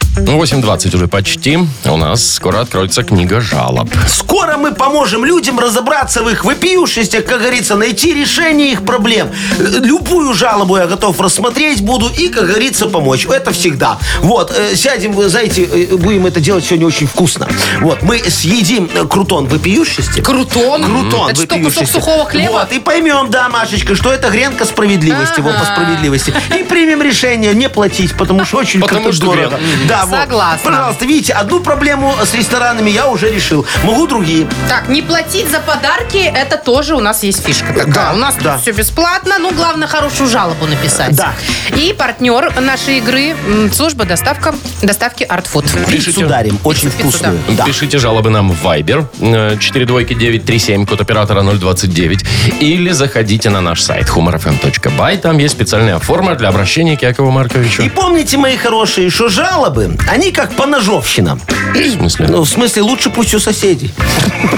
Speaker 4: Ну, 8.20 уже почти. У нас скоро откроется книга жалоб.
Speaker 6: Скоро мы поможем людям разобраться в их вопиюшестях, как говорится, найти решение их проблем. Э, Любую жалобу я готов рассмотреть буду и, как говорится, помочь. Это всегда. Вот, э, сядем, вы знаете, э, будем это делать сегодня очень вкусно. Вот, мы съедим э, крутон вопиющести.
Speaker 5: Крутон?
Speaker 6: Крутон
Speaker 5: Это что, кусок
Speaker 6: вопиющести.
Speaker 5: сухого хлеба?
Speaker 6: Вот, и поймем, да, Машечка, что это гренка справедливости, вот по справедливости. И примем решение не платить, потому что очень
Speaker 4: Потому
Speaker 6: как-то
Speaker 4: что
Speaker 6: дорого.
Speaker 4: гренка.
Speaker 6: Да, вот.
Speaker 5: Согласна.
Speaker 6: Пожалуйста, видите, одну проблему с ресторанами я уже решил. Могу другие.
Speaker 5: Так, не платить за подарки, это тоже у нас есть фишка такая.
Speaker 6: Да,
Speaker 5: у нас
Speaker 6: да.
Speaker 5: тут все бесплатно, ну, главное, хорошую жалобу написать.
Speaker 6: Да.
Speaker 5: И партнер нашей игры, м, служба доставка, доставки Art Food.
Speaker 6: Пиццу дарим, очень
Speaker 5: Пиццу, пиццу,
Speaker 6: вкусную. Да.
Speaker 4: Пишите жалобы нам в Viber э, 42937, код оператора 029. Или заходите на наш сайт humorfm.by. Там есть специальная форма для обращения к Якову Марковичу.
Speaker 6: И помните, мои хорошие, что жалобы, они как поножовщина.
Speaker 4: В смысле?
Speaker 6: Ну, в смысле, лучше пусть у соседей.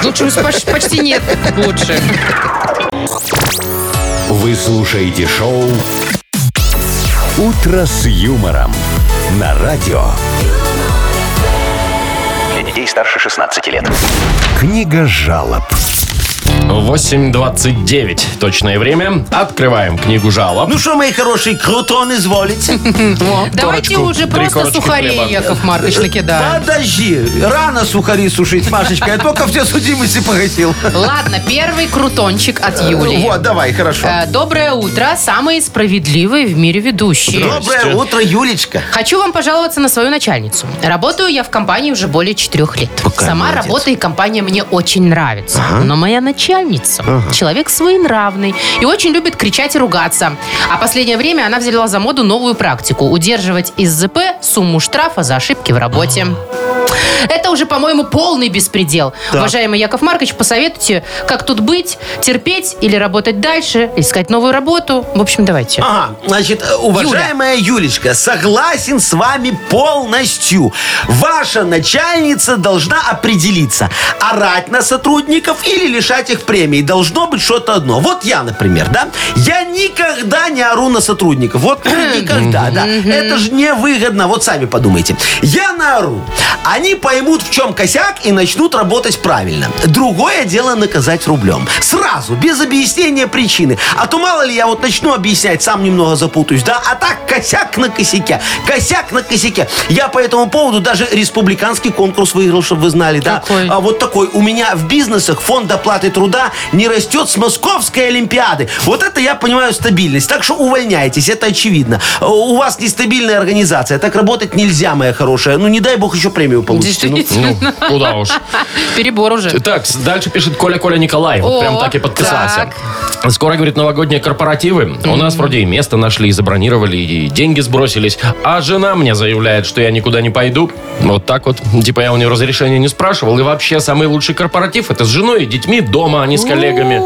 Speaker 5: Лучше Ну, уж поч- почти нет. Лучше.
Speaker 7: Вы слушаете шоу «Утро с юмором» на радио. Для детей старше 16 лет. Книга жалоб.
Speaker 4: 8.29. Точное время. Открываем книгу жалоб.
Speaker 6: Ну что, мои хорошие, крутон изволите?
Speaker 5: Давайте
Speaker 4: корочку,
Speaker 5: уже
Speaker 4: три
Speaker 5: просто
Speaker 4: корочки
Speaker 5: сухарей,
Speaker 4: хлеба.
Speaker 5: Яков Маркович, накидаем.
Speaker 6: Подожди, рано сухари сушить, Машечка, я только все судимости погасил.
Speaker 5: Ладно, первый крутончик от Юлии.
Speaker 6: Вот, давай, хорошо.
Speaker 5: Э, Доброе утро, самые справедливые в мире ведущие.
Speaker 6: Доброе утро, Юлечка.
Speaker 5: Хочу вам пожаловаться на свою начальницу. Работаю я в компании уже более четырех лет. Сама
Speaker 6: молодец.
Speaker 5: работа и компания мне очень нравится. Но моя начальница человек своенравный и очень любит кричать и ругаться. А последнее время она взяла за моду новую практику – удерживать из ЗП сумму штрафа за ошибки в работе. Это уже, по-моему, полный беспредел.
Speaker 6: Да.
Speaker 5: Уважаемый Яков Маркович, посоветуйте, как тут быть, терпеть или работать дальше, искать новую работу. В общем, давайте.
Speaker 6: Ага, значит, э, уважаемая Юлечка, согласен с вами полностью. Ваша начальница должна определиться, орать на сотрудников или лишать их премии. Должно быть что-то одно. Вот я, например, да? Я никогда не ору на сотрудников. Вот ну, никогда, да. Это же невыгодно. Вот сами подумайте. Я наору. Они поймут, в чем косяк и начнут работать правильно. Другое дело наказать рублем. Сразу, без объяснения причины. А то мало ли я вот начну объяснять, сам немного запутаюсь, да? А так косяк на косяке. Косяк на косяке. Я по этому поводу даже республиканский конкурс выиграл, чтобы вы знали, да?
Speaker 5: Какой?
Speaker 6: А вот такой. У меня в бизнесах фонд оплаты труда не растет с Московской Олимпиады. Вот это я понимаю стабильность. Так что увольняйтесь, это очевидно. Э, У вас нестабильная организация. Так работать нельзя, моя хорошая. Ну, не дай бог еще премию получите. Ну,
Speaker 4: Ну, куда уж.
Speaker 5: Перебор уже.
Speaker 4: Так, с- дальше пишет Коля Коля Николай. Вот
Speaker 5: О,
Speaker 4: прям так и подписался. Скоро, говорит, новогодние корпоративы. У нас вроде и место нашли, и забронировали, и деньги сбросились. А жена мне заявляет, что я никуда не пойду. Вот так вот. Типа я у нее разрешения не спрашивал. И вообще самый лучший корпоратив это с женой и детьми дома, а не с коллегами.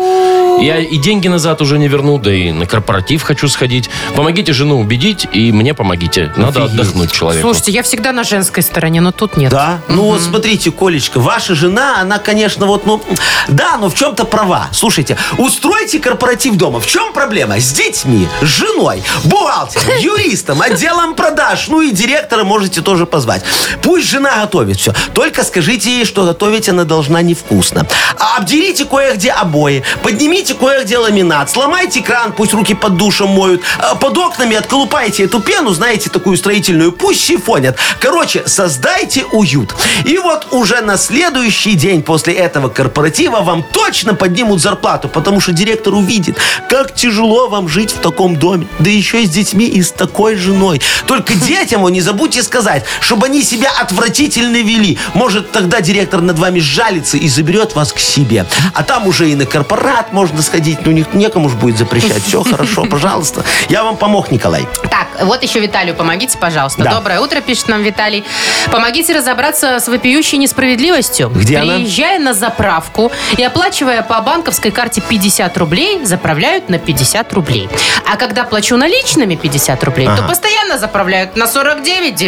Speaker 4: Я и деньги назад уже не верну, да и на корпоратив хочу сходить. Помогите жену убедить, и мне помогите. Надо отдохнуть человеку.
Speaker 5: Слушайте, я всегда на женской стороне, но тут нет.
Speaker 6: Да? Ну вот смотрите, Колечка, ваша жена, она, конечно, вот, ну, да, но в чем-то права. Слушайте, устройте корпоратив дома. В чем проблема? С детьми, с женой, бухгалтером, юристом, отделом продаж, ну и директора можете тоже позвать. Пусть жена готовит все. Только скажите ей, что готовить она должна невкусно. А Обдерите кое-где обои, поднимите кое-где ламинат, сломайте кран, пусть руки под душем моют, а под окнами отколупайте эту пену, знаете, такую строительную, пусть фонят. Короче, создайте уют. И вот уже на следующий день после этого корпоратива вам точно поднимут зарплату, потому что директор увидит, как тяжело вам жить в таком доме, да еще и с детьми и с такой женой. Только детям о, не забудьте сказать, чтобы они себя отвратительно вели. Может, тогда директор над вами сжалится и заберет вас к себе. А там уже и на корпорат можно сходить, ну не- некому же будет запрещать. Все хорошо, пожалуйста. Я вам помог, Николай.
Speaker 5: Так, вот еще Виталию помогите, пожалуйста.
Speaker 6: Да.
Speaker 5: Доброе утро, пишет нам Виталий. Помогите разобраться с вопиющей несправедливостью.
Speaker 6: Где она?
Speaker 5: Приезжая на заправку и оплачивая по банковской карте 50 рублей, заправляют на 50 рублей. А когда плачу наличными 50 рублей, то постоянно заправляют на 49,99.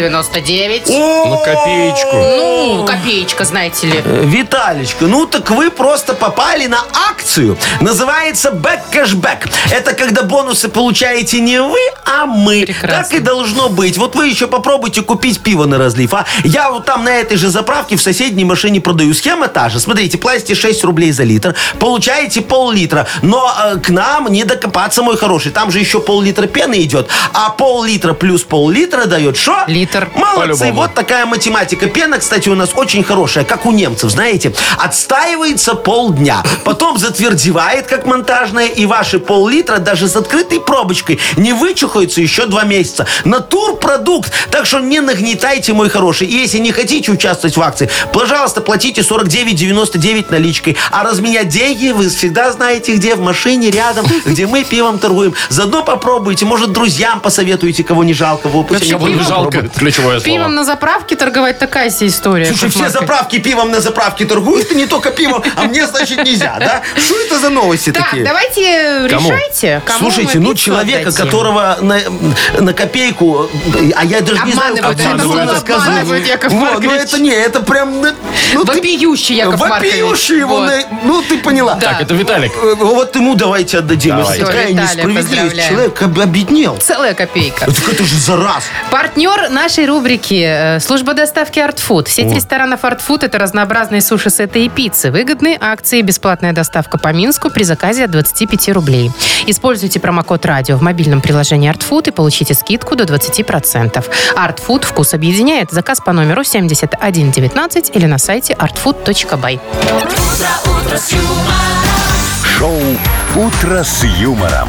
Speaker 4: На копеечку.
Speaker 5: Ну, копеечка, знаете ли.
Speaker 6: Э, Виталечка, ну так вы просто попали на акцию. Называется бэк-кэшбэк. Это когда бонусы получаете не вы, а мы.
Speaker 5: Прекрасно.
Speaker 6: Так и должно быть. Вот вы еще попробуйте купить пиво на разлив, а? Я вот там на этой же заправке в соседней машине продаю. Схема та же. Смотрите, платите 6 рублей за литр, получаете пол-литра. Но э, к нам не докопаться, мой хороший. Там же еще пол-литра пены идет. А пол-литра плюс пол-литра дает что?
Speaker 5: Литр.
Speaker 6: Молодцы,
Speaker 4: По-любому.
Speaker 6: вот такая математика. Пена, кстати, у нас очень хорошая, как у немцев, знаете. Отстаивается полдня, потом затвердевает, как монтажная, и ваши пол-литра даже с открытой пробочкой не вычухаются еще два месяца. Натурпродукт, так что не нагнетайте, мой хороший. И если не хотите участвовать в акции, пожалуйста, платите 49,99 наличкой. А разменять деньги вы всегда знаете где, в машине рядом, где мы пивом торгуем. Заодно попробуйте, может, друзьям посоветуете, кого не жалко. Во, пусть они
Speaker 4: Кому не
Speaker 6: попробуют.
Speaker 4: жалко, ключевое слово.
Speaker 5: Пивом на заправке торговать такая себе история.
Speaker 6: Слушай,
Speaker 5: Яков
Speaker 6: все
Speaker 5: Маркович.
Speaker 6: заправки пивом на заправке торгуют, и не только пивом, а мне, значит, нельзя, да? Что это за новости
Speaker 5: Так,
Speaker 6: такие?
Speaker 5: давайте
Speaker 4: Кому?
Speaker 5: решайте. кому
Speaker 6: Слушайте,
Speaker 5: мы
Speaker 6: ну
Speaker 5: пиццу
Speaker 6: человека,
Speaker 5: отдадим.
Speaker 6: которого на, на копейку, а я даже не знаю,
Speaker 5: Обманывают,
Speaker 6: как это
Speaker 4: обманывают,
Speaker 6: можно сказать.
Speaker 5: обманывают, Яков
Speaker 6: Во, ну
Speaker 5: Маркович.
Speaker 6: это не, это прям... ну, Ну, ты-
Speaker 5: Вопиющий, Яков Маркович.
Speaker 6: Вопиющий его,
Speaker 5: Вот.
Speaker 6: на- ну ты поняла.
Speaker 5: Да.
Speaker 4: Так, это Виталик.
Speaker 6: Э, Вот ему давайте отдадим.
Speaker 4: Давай.
Speaker 6: Это
Speaker 5: Всё,
Speaker 6: такая
Speaker 5: Виталия,
Speaker 6: несправедливость.
Speaker 5: поздравляем.
Speaker 6: Человек об- обеднел.
Speaker 5: Целая копейка.
Speaker 6: Так это же за раз.
Speaker 5: Партнер нашей рубрики э, служба доставки Art Food. Сеть ресторанов Art Food это разнообразные суши, сеты и пиццы. Выгодные акции, бесплатная доставка по Минску при заказе от 25 рублей. Используйте промокод радио в мобильном приложении Art Food и получите скидку до 20%. Art Food вкус объединяет. Заказ по номеру 7119 или на сайте artfood.by.
Speaker 7: Шоу «Утро с юмором».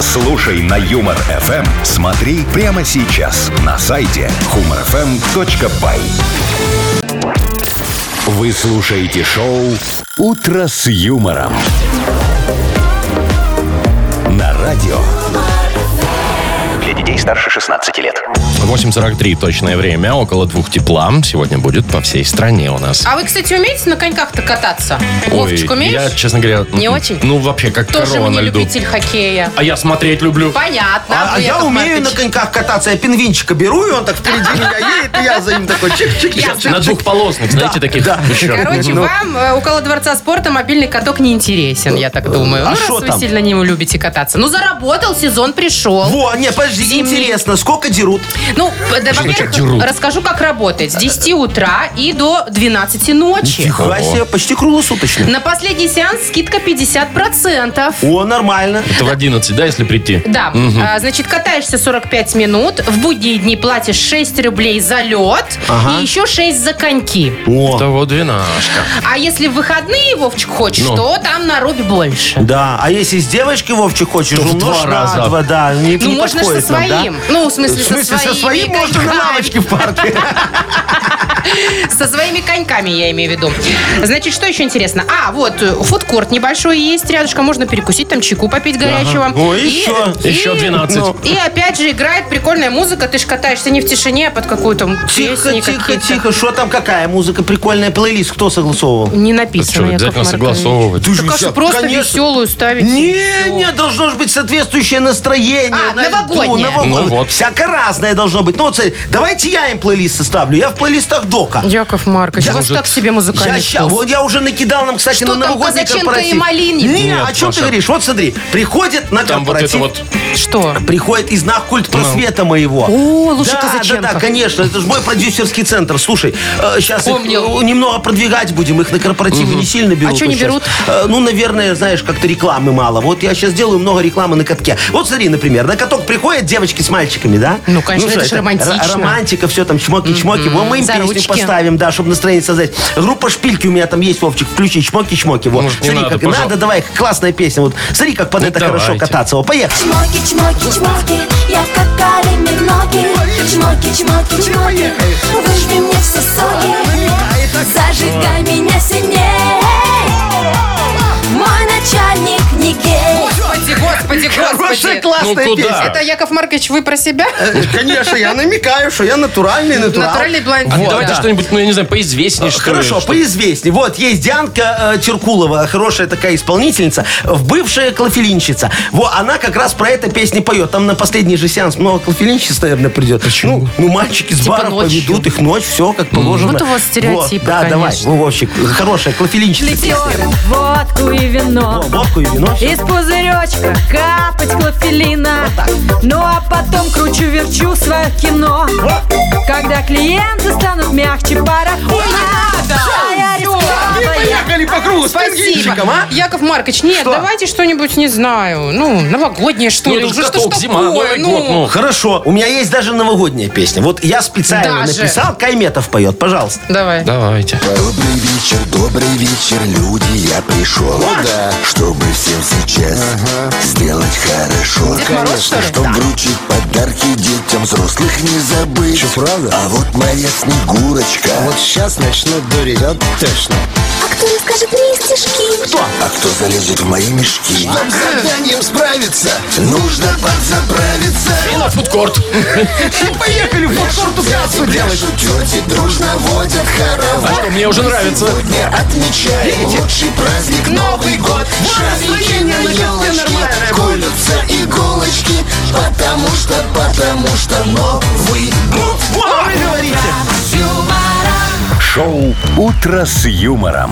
Speaker 7: Слушай на Юмор ФМ. Смотри прямо сейчас на сайте humorfm.by. Вы слушаете шоу «Утро с юмором». На радио. Для детей старше 16 лет.
Speaker 4: 8.43 точное время, около двух тепла. Сегодня будет по всей стране у нас.
Speaker 5: А вы, кстати, умеете на коньках-то кататься? Вовчик, умеешь?
Speaker 4: я, честно говоря...
Speaker 5: Не очень?
Speaker 4: Ну, вообще, как
Speaker 5: Тоже
Speaker 4: корова
Speaker 5: мне
Speaker 4: на льду.
Speaker 5: любитель хоккея.
Speaker 4: А я смотреть люблю.
Speaker 5: Понятно.
Speaker 6: А, а
Speaker 5: вы,
Speaker 6: я
Speaker 5: Яков
Speaker 6: умею
Speaker 5: Маркович.
Speaker 6: на коньках кататься, я пингвинчика беру, и он так впереди меня едет, и я за ним такой чик-чик-чик.
Speaker 4: На двухполосных, знаете, таких еще.
Speaker 5: Короче,
Speaker 4: Ну,
Speaker 5: вам э, около Дворца спорта мобильный каток не интересен, я так думаю.
Speaker 6: а
Speaker 5: ну,
Speaker 6: шо
Speaker 5: раз
Speaker 6: там?
Speaker 5: вы сильно не любите кататься. Ну, заработал, сезон пришел.
Speaker 6: Во, не, подожди,
Speaker 5: Зимний.
Speaker 6: интересно, сколько дерут?
Speaker 5: Ну, э, да,
Speaker 4: значит
Speaker 5: во-первых,
Speaker 4: дерут?
Speaker 5: расскажу, как работает. С 10 утра и до 12 ночи.
Speaker 6: Э, Нифига себе, почти круглосуточно.
Speaker 5: На последний сеанс скидка 50%.
Speaker 6: О, нормально.
Speaker 4: Это в 11, да, если прийти?
Speaker 5: Да, А, значит, катаешься 45 минут, в будние дни платишь 6 рублей за лед и еще 6 за коньки.
Speaker 4: Это вот двенашка.
Speaker 5: А если в выходные, Вовчик, хочешь,
Speaker 4: Ну.
Speaker 5: то там нарубь больше.
Speaker 6: Да, а если с девочкой, Вовчик, хочешь,
Speaker 4: То в
Speaker 6: умножь
Speaker 4: два
Speaker 6: на
Speaker 4: раза.
Speaker 6: два, да. Не,
Speaker 5: Ну,
Speaker 6: не
Speaker 5: можно же со
Speaker 6: подходит нам, да?
Speaker 5: своим. Ну, в смысле,
Speaker 6: В смысле, со своим можно на
Speaker 5: коньками.
Speaker 6: лавочке в парке.
Speaker 5: Со своими коньками, я имею в виду. Значит, что еще интересно? А, вот, э, фудкорт небольшой есть рядышком, можно перекусить, там чайку попить горячего.
Speaker 6: Ой,
Speaker 5: И-
Speaker 6: еще.
Speaker 5: и- ну,
Speaker 4: Еще 12.
Speaker 5: И опять же играет прикольная музыка, ты ж катаешься не в тишине, а под какую-то
Speaker 6: Тихо,
Speaker 5: песню
Speaker 6: тихо,
Speaker 5: какие-то.
Speaker 6: тихо. Что там, какая музыка? Прикольная плейлист. Кто согласовывал?
Speaker 5: Не
Speaker 4: Так что,
Speaker 5: написано, Яков
Speaker 4: обязательно
Speaker 5: Маркович.
Speaker 4: согласовывать.
Speaker 6: Ты же
Speaker 5: Так а что,
Speaker 6: щас-
Speaker 5: просто
Speaker 6: конечно.
Speaker 5: веселую ставить?
Speaker 6: Не, не, должно же быть соответствующее настроение.
Speaker 5: А,
Speaker 6: на льду,
Speaker 5: новогоднее.
Speaker 6: новогоднее.
Speaker 4: Ну вот.
Speaker 6: Всяко разное должно быть. Ну вот, смотри, давайте я им плейлист составлю. Я в плейлистах Дока.
Speaker 5: Яков Маркович, у вас так себе
Speaker 6: Я,
Speaker 5: музыкальный
Speaker 6: ща-
Speaker 5: вкус.
Speaker 6: вот я уже накидал нам, кстати,
Speaker 5: Что
Speaker 6: на
Speaker 5: там,
Speaker 6: новогодний
Speaker 5: Казаченко
Speaker 6: корпоратив.
Speaker 5: и Малинин?
Speaker 6: Не,
Speaker 4: Нет,
Speaker 6: о чем
Speaker 4: Маша.
Speaker 6: ты говоришь? Вот смотри, приходит на
Speaker 4: Там вот
Speaker 6: корпоратив.
Speaker 4: это вот...
Speaker 5: Что?
Speaker 6: Приходит из нахкульт просвета моего.
Speaker 5: Ну. О, Луша
Speaker 6: да,
Speaker 5: Казаченко.
Speaker 6: Да, да, конечно. Это же мой продюсерский центр. Слушай, э, сейчас
Speaker 5: Помнил. А
Speaker 6: немного продвигать будем. Их на корпоративы не сильно берут.
Speaker 5: чё не
Speaker 6: вот щас.
Speaker 5: берут?
Speaker 6: Э, ну, наверное, знаешь, как-то рекламы мало. Вот я сейчас делаю много рекламы на катке. Вот смотри, например, на каток приходят девочки с мальчиками, да?
Speaker 5: Ну, конечно,
Speaker 6: что
Speaker 5: это ж романтично.
Speaker 6: Р- Романтика, все там, чмоки-чмоки. Вот мы им
Speaker 5: За
Speaker 6: песню
Speaker 5: ручки.
Speaker 6: поставим, да, чтобы настроение создать. Группа «Шпильки» у меня там есть, Вовчик. Включи чмоки-чмоки. Вот.
Speaker 4: Может, не
Speaker 6: смотри,
Speaker 4: надо,
Speaker 6: как
Speaker 4: пожалуйста.
Speaker 6: надо, давай, классная песня. Вот смотри, как под
Speaker 4: Ну,
Speaker 6: это хорошо
Speaker 4: давайте.
Speaker 6: кататься. О, поехали.
Speaker 11: Чмоки, чмоки, чмоки, я какали ноги. Чмоки, чмоки, чмоки, выжми мне все соки. Зажигай меня сильнее. Мой начальник не гей.
Speaker 5: Господи, господи,
Speaker 6: Хорошая,
Speaker 5: господи.
Speaker 6: классная
Speaker 4: Ну, куда?
Speaker 6: песня.
Speaker 5: Это, Яков Маркович, вы про себя?
Speaker 6: Э, Конечно, я намекаю, что я натуральный,
Speaker 5: Ну,
Speaker 6: натурал.
Speaker 5: Натуральный блондин.
Speaker 4: А
Speaker 5: Вот,
Speaker 4: давайте
Speaker 5: да.
Speaker 4: что-нибудь, ну, я не знаю, поизвестнее, что ли,
Speaker 6: Хорошо,
Speaker 4: что-
Speaker 6: поизвестней. Вот, есть Дианка э, Теркулова, хорошая такая исполнительница, в- бывшая клофелинщица. Во, она как раз про это песни поет. Там на последний же сеанс много клофелинщиц, наверное, придет. Почему? Ну, ну, мальчики с
Speaker 5: Типа
Speaker 6: бара
Speaker 5: ночью.
Speaker 6: поведут их ночь, все как положено.
Speaker 5: Вот у вас стереотипы,
Speaker 6: Вот, Да, давай,
Speaker 5: конечно.
Speaker 6: ну, Вовчик, хорошая клофелинщица.
Speaker 11: Ликер, водку и
Speaker 6: Во,
Speaker 11: вино.
Speaker 6: Водку и вино. всё.
Speaker 11: Из пузыречка капать клофелина Ну а потом кручу-верчу свое кино Когда клиенты станут мягче парафина А я рисковая
Speaker 6: по кругу с
Speaker 5: Спасибо.
Speaker 6: пингвинчиком, а?
Speaker 5: Яков Маркович, нет,
Speaker 6: Что?
Speaker 5: давайте что-нибудь, не знаю, ну, новогоднее, что
Speaker 4: Ну,
Speaker 5: ли.
Speaker 4: это
Speaker 5: уже
Speaker 4: же
Speaker 5: что ж
Speaker 4: каток, зима,
Speaker 5: такое,
Speaker 4: Новый год, ну.
Speaker 6: Хорошо, у меня есть даже новогодняя песня. Вот я специально
Speaker 5: Даже.
Speaker 6: написал, Кайметов поет, пожалуйста.
Speaker 5: Давай.
Speaker 4: Давайте.
Speaker 12: Добрый вечер, добрый вечер, люди, я пришел. да. Чтобы всем сейчас сделать хорошо.
Speaker 5: Дед Мороз, что ли?
Speaker 12: Чтоб вручить подарки детям, взрослых не забыть. Что, правда? А вот моя Снегурочка. Вот сейчас начнут дурить, вот точно.
Speaker 11: А кто расскажет мне стишки?
Speaker 12: А кто залезет в мои мешки? Нам с заданием справиться, нужно подзаправиться.
Speaker 4: И на фудкорт.
Speaker 6: Поехали, вот карту кассу делать.
Speaker 12: Наши тети дружно водят хоровод.
Speaker 4: А что, мне уже нравится.
Speaker 12: Сегодня отмечаем лучший праздник Новый год. Шашлыки на елочке, колются иголочки, потому что, потому что Новый год.
Speaker 6: Вы говорите.
Speaker 7: Шоу «Утро с юмором».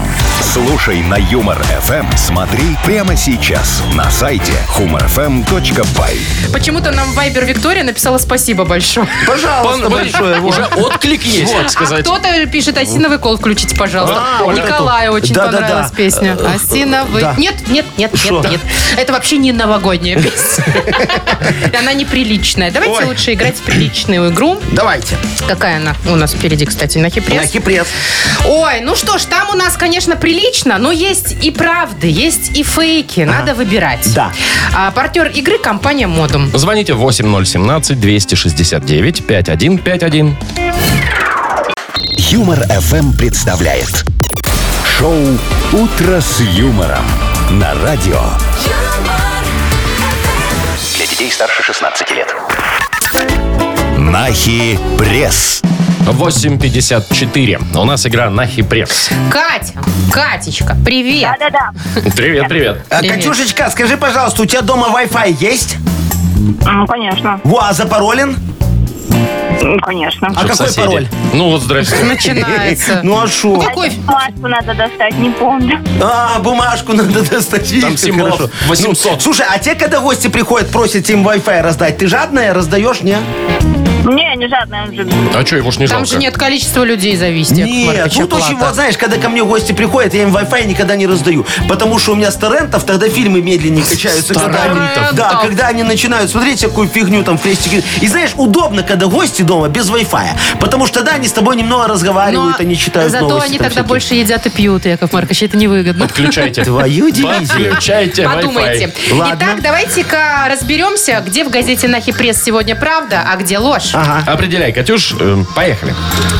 Speaker 7: Слушай на Юмор ФМ. Смотри прямо сейчас на сайте humorfm.by.
Speaker 5: Почему-то нам Вайбер Виктория написала спасибо большое.
Speaker 6: Пожалуйста,
Speaker 4: Пон-
Speaker 6: большое. вот.
Speaker 4: Уже отклик есть, так
Speaker 5: А
Speaker 4: сказать.
Speaker 5: кто-то пишет «Осиновый кол» включите, пожалуйста.
Speaker 6: А,
Speaker 5: У
Speaker 6: вот
Speaker 5: Николая
Speaker 6: эту.
Speaker 5: очень
Speaker 6: Да, да, да.
Speaker 5: понравилась песня.
Speaker 6: Э,
Speaker 5: «Осиновый».
Speaker 6: да.
Speaker 5: Нет, нет, нет,
Speaker 6: Шо?
Speaker 5: нет, нет. Это вообще не новогодняя песня. Она неприличная. Давайте
Speaker 6: Ой.
Speaker 5: лучше играть в приличную игру.
Speaker 6: Давайте.
Speaker 5: Какая она у нас впереди, кстати, на
Speaker 6: На
Speaker 5: хипресс?
Speaker 6: хипресс.
Speaker 5: Ой, ну что ж, там у нас, конечно, прилично, но есть и правды, есть и фейки. Надо выбирать.
Speaker 6: Да.
Speaker 5: А, партнер игры – компания «Модум».
Speaker 4: Звоните 8017-269-5151.
Speaker 7: Юмор ФМ представляет. Шоу «Утро с юмором» на радио.
Speaker 11: Юмор,
Speaker 7: Для детей старше 16 лет. Нахи пресс.
Speaker 4: 8.54. У нас игра Нахи Пресс.
Speaker 5: Катя, Катечка, привет. Да-да-да.
Speaker 4: Привет, привет.
Speaker 6: А, Катюшечка, скажи, пожалуйста, у тебя дома Wi-Fi есть?
Speaker 9: конечно.
Speaker 6: Во, а запаролен?
Speaker 9: Конечно.
Speaker 6: А какой пароль?
Speaker 4: Ну вот, здрасте.
Speaker 5: Начинается.
Speaker 6: Ну а шо?
Speaker 9: Какой? Бумажку надо достать, не помню.
Speaker 6: А, бумажку надо достать. Видишь, как
Speaker 4: символов
Speaker 6: хорошо.
Speaker 4: 800.
Speaker 6: Ну, слушай, а те, когда гости приходят, просят им Wi-Fi раздать, ты жадная раздаешь, не?
Speaker 9: Не, не жадная уже.
Speaker 4: А что, его ж не
Speaker 5: Там
Speaker 4: жалко?
Speaker 5: же нет количества людей зависти. Яков
Speaker 6: Нет, ну,
Speaker 5: Маркович,
Speaker 6: тут очень,
Speaker 5: оплата.
Speaker 6: вот знаешь, когда ко мне гости приходят, я им Wi-Fi никогда не раздаю. Потому что у меня с торрентов тогда фильмы медленнее качаются. Когда они,
Speaker 5: торрентов.
Speaker 6: да, когда они начинают смотреть всякую фигню там в крестике. И знаешь, удобно, когда гости дома без Wi-Fi. Потому что тогда они с тобой немного разговаривают, они читают
Speaker 5: Зато
Speaker 6: новости.
Speaker 5: они
Speaker 6: там
Speaker 5: тогда
Speaker 6: всякие.
Speaker 5: больше едят и пьют, Яков Маркович, это невыгодно.
Speaker 4: Подключайте.
Speaker 6: Твою дивизию.
Speaker 4: Подключайте
Speaker 5: Подумайте.
Speaker 4: Wi-Fi.
Speaker 5: Итак, давайте-ка разберемся, где в газете «Нахи пресс» сегодня правда, а где ложь.
Speaker 4: Определяй, Катюш, э, поехали.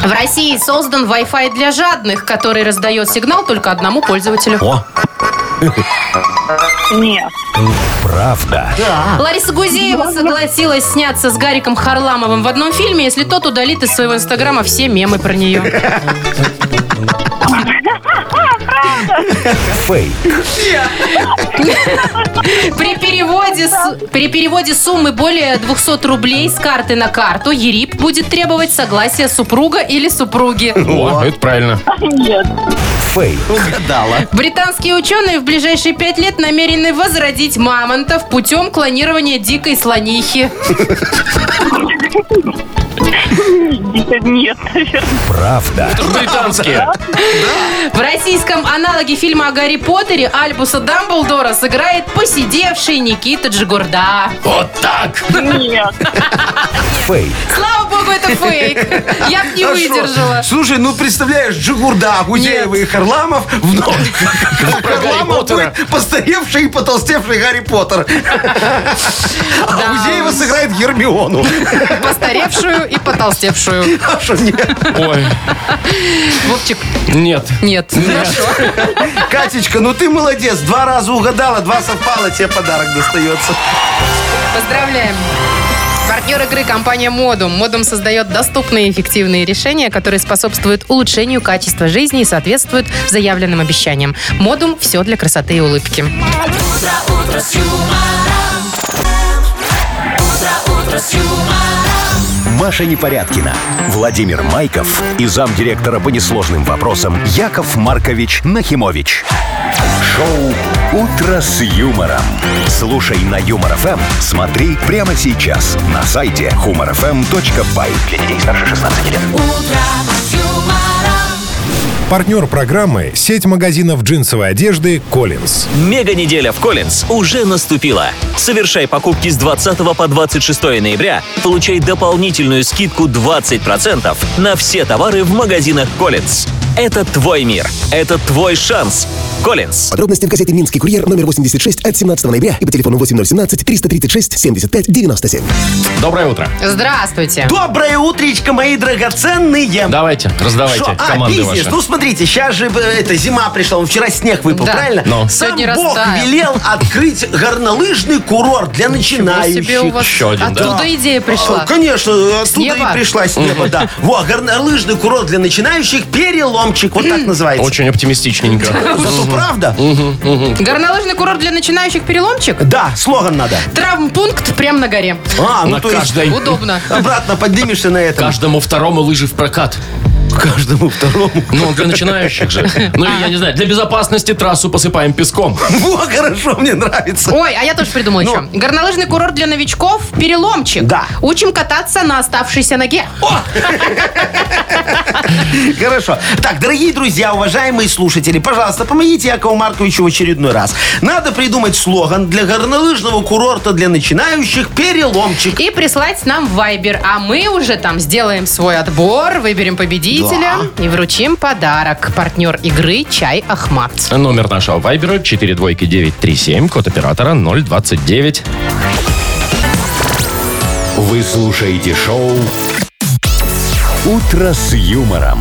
Speaker 5: В России создан Wi-Fi для жадных, который раздает сигнал только одному пользователю.
Speaker 9: Нет.
Speaker 7: Правда.
Speaker 5: Лариса Гузеева согласилась сняться с Гариком Харламовым в одном фильме, если тот удалит из своего инстаграма все мемы про нее.
Speaker 7: Фейк.
Speaker 5: При переводе, с- при переводе суммы более 200 рублей с карты на карту ЕРИП будет требовать согласия супруга или супруги.
Speaker 4: О, это правильно.
Speaker 9: Нет.
Speaker 7: Фейк.
Speaker 6: Угадала.
Speaker 5: Британские ученые в ближайшие пять лет намерены возродить мамонтов путем клонирования дикой слонихи.
Speaker 9: Нет, наверное.
Speaker 7: Правда.
Speaker 4: Британские.
Speaker 5: В российском аналоге фильма о Гарри Поттере Альбуса Дамблдора сыграет посидевший Никита Джигурда.
Speaker 4: Вот так.
Speaker 9: Нет.
Speaker 7: Фейк.
Speaker 5: Слава богу, это фейк. Я б не
Speaker 6: А шо?
Speaker 5: выдержала.
Speaker 6: Слушай, ну представляешь, Джигурда, Гузеева и Харламов в новом-
Speaker 5: Ну,
Speaker 6: Харламов
Speaker 4: Ну, Поттера.
Speaker 6: будет постаревший и потолстевший Гарри Поттер. А Гузеева сыграет Гермиону.
Speaker 5: Постаревшую и потолстевшую.
Speaker 6: А шо нет?
Speaker 4: Ой,
Speaker 5: Вовчик,
Speaker 4: нет.
Speaker 5: нет. Хорошо.
Speaker 6: Катечка, ну ты молодец. Два раза угадала, два совпало, тебе подарок достается.
Speaker 5: Поздравляем. Партнер игры компания Модум. Модум создает доступные и эффективные решения, которые способствуют улучшению качества жизни и соответствуют заявленным обещаниям. Модум – все для красоты и улыбки.
Speaker 7: Маша Непорядкина, Владимир Майков и замдиректора по несложным вопросам Яков Маркович Нахимович. Шоу «Утро с юмором». Слушай на Юмор ФМ, смотри прямо сейчас на сайте humorfm.by. Для детей старше 16 лет.
Speaker 1: Партнер программы – сеть магазинов джинсовой одежды «Коллинз».
Speaker 2: Мега неделя в Коллинз уже наступила. Совершай покупки с 20 по 26 ноября, получай дополнительную скидку 20% на все товары в магазинах Коллинз. Это твой мир, это твой шанс. Коллинз.
Speaker 3: Подробности в газете «Минский курьер» номер 86 от 17 ноября и по телефону 8017-336-75-97.
Speaker 4: Доброе утро.
Speaker 5: Здравствуйте.
Speaker 6: Доброе утречко, мои драгоценные.
Speaker 4: Давайте, раздавайте
Speaker 6: Шо? А,
Speaker 4: команды
Speaker 6: бизнес.
Speaker 4: ваши.
Speaker 6: Ну, смотрите, сейчас же э, эта зима пришла. Он вчера снег выпал,
Speaker 5: Да.
Speaker 6: правильно?
Speaker 4: Ну.
Speaker 6: Сам
Speaker 5: Сегодня
Speaker 6: Бог
Speaker 5: растаял.
Speaker 6: велел открыть горнолыжный курорт для
Speaker 5: Ничего
Speaker 6: начинающих.
Speaker 5: себе у вас
Speaker 4: Еще один, да.
Speaker 5: оттуда идея
Speaker 6: А,
Speaker 5: пришла.
Speaker 6: Конечно, оттуда
Speaker 5: неба?
Speaker 6: и пришла с неба, да. Во, горнолыжный курорт для начинающих переломчик. Вот так называется.
Speaker 4: Очень оптимистичненько.
Speaker 6: Зато правда?
Speaker 5: Горнолыжный курорт для начинающих переломчик?
Speaker 6: Да, слоган надо.
Speaker 5: Травмпункт прямо на горе.
Speaker 6: А,
Speaker 4: На
Speaker 6: ну то есть
Speaker 4: каждой,
Speaker 5: Удобно.
Speaker 6: обратно поднимешься на этом.
Speaker 4: каждому второму лыжи в прокат.
Speaker 6: Каждому второму.
Speaker 4: Ну, для начинающих же. Ну, или, я не знаю, для безопасности трассу посыпаем песком.
Speaker 6: Во, хорошо, мне нравится.
Speaker 5: Ой, а я тоже придумала
Speaker 6: Ну.
Speaker 5: еще. Горнолыжный курорт для новичков – переломчик.
Speaker 6: Да.
Speaker 5: Учим кататься на оставшейся ноге.
Speaker 6: Хорошо. Так, дорогие друзья, уважаемые слушатели, пожалуйста, помогите Якову Марковичу в очередной раз. Надо придумать слоган для горнолыжного курорта для начинающих «Переломчик».
Speaker 5: И прислать нам в Viber. А мы уже там сделаем свой отбор, выберем победителя и вручим подарок. Партнер игры «Чай Ахмат».
Speaker 4: Номер нашего вайбера 42937, код оператора 029.
Speaker 7: Вы слушаете шоу «Утро с юмором»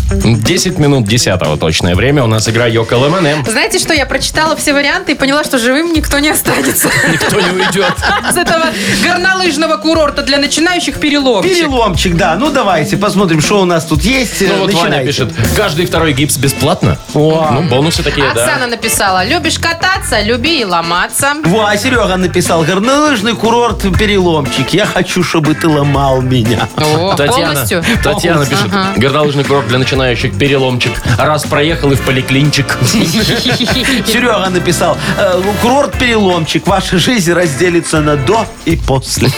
Speaker 4: 10 минут 10 точное время. У нас игра Йоко Лемоне.
Speaker 5: Знаете что, я прочитала все варианты и поняла, что живым никто не останется.
Speaker 4: Никто не уйдет.
Speaker 5: С этого горнолыжного курорта для начинающих переломчик.
Speaker 6: Переломчик, да. Ну, давайте посмотрим, что у нас тут есть.
Speaker 4: Ну вот Ваня
Speaker 6: Начинайте.
Speaker 4: пишет, каждый второй гипс бесплатно. Ну, бонусы такие,
Speaker 5: Оксана
Speaker 4: да.
Speaker 5: написала, любишь кататься, люби и ломаться.
Speaker 6: Во, а Серега написал, горнолыжный курорт переломчик. Я хочу, чтобы ты ломал меня.
Speaker 5: О,
Speaker 4: Татьяна,
Speaker 5: полностью?
Speaker 4: Татьяна пишет,
Speaker 5: Ага.
Speaker 4: горнолыжный курорт для начинающих, переломчик. Раз проехал и в поликлинчик.
Speaker 6: Серега написал, «Э, курорт переломчик. Ваша жизнь разделится на до и после.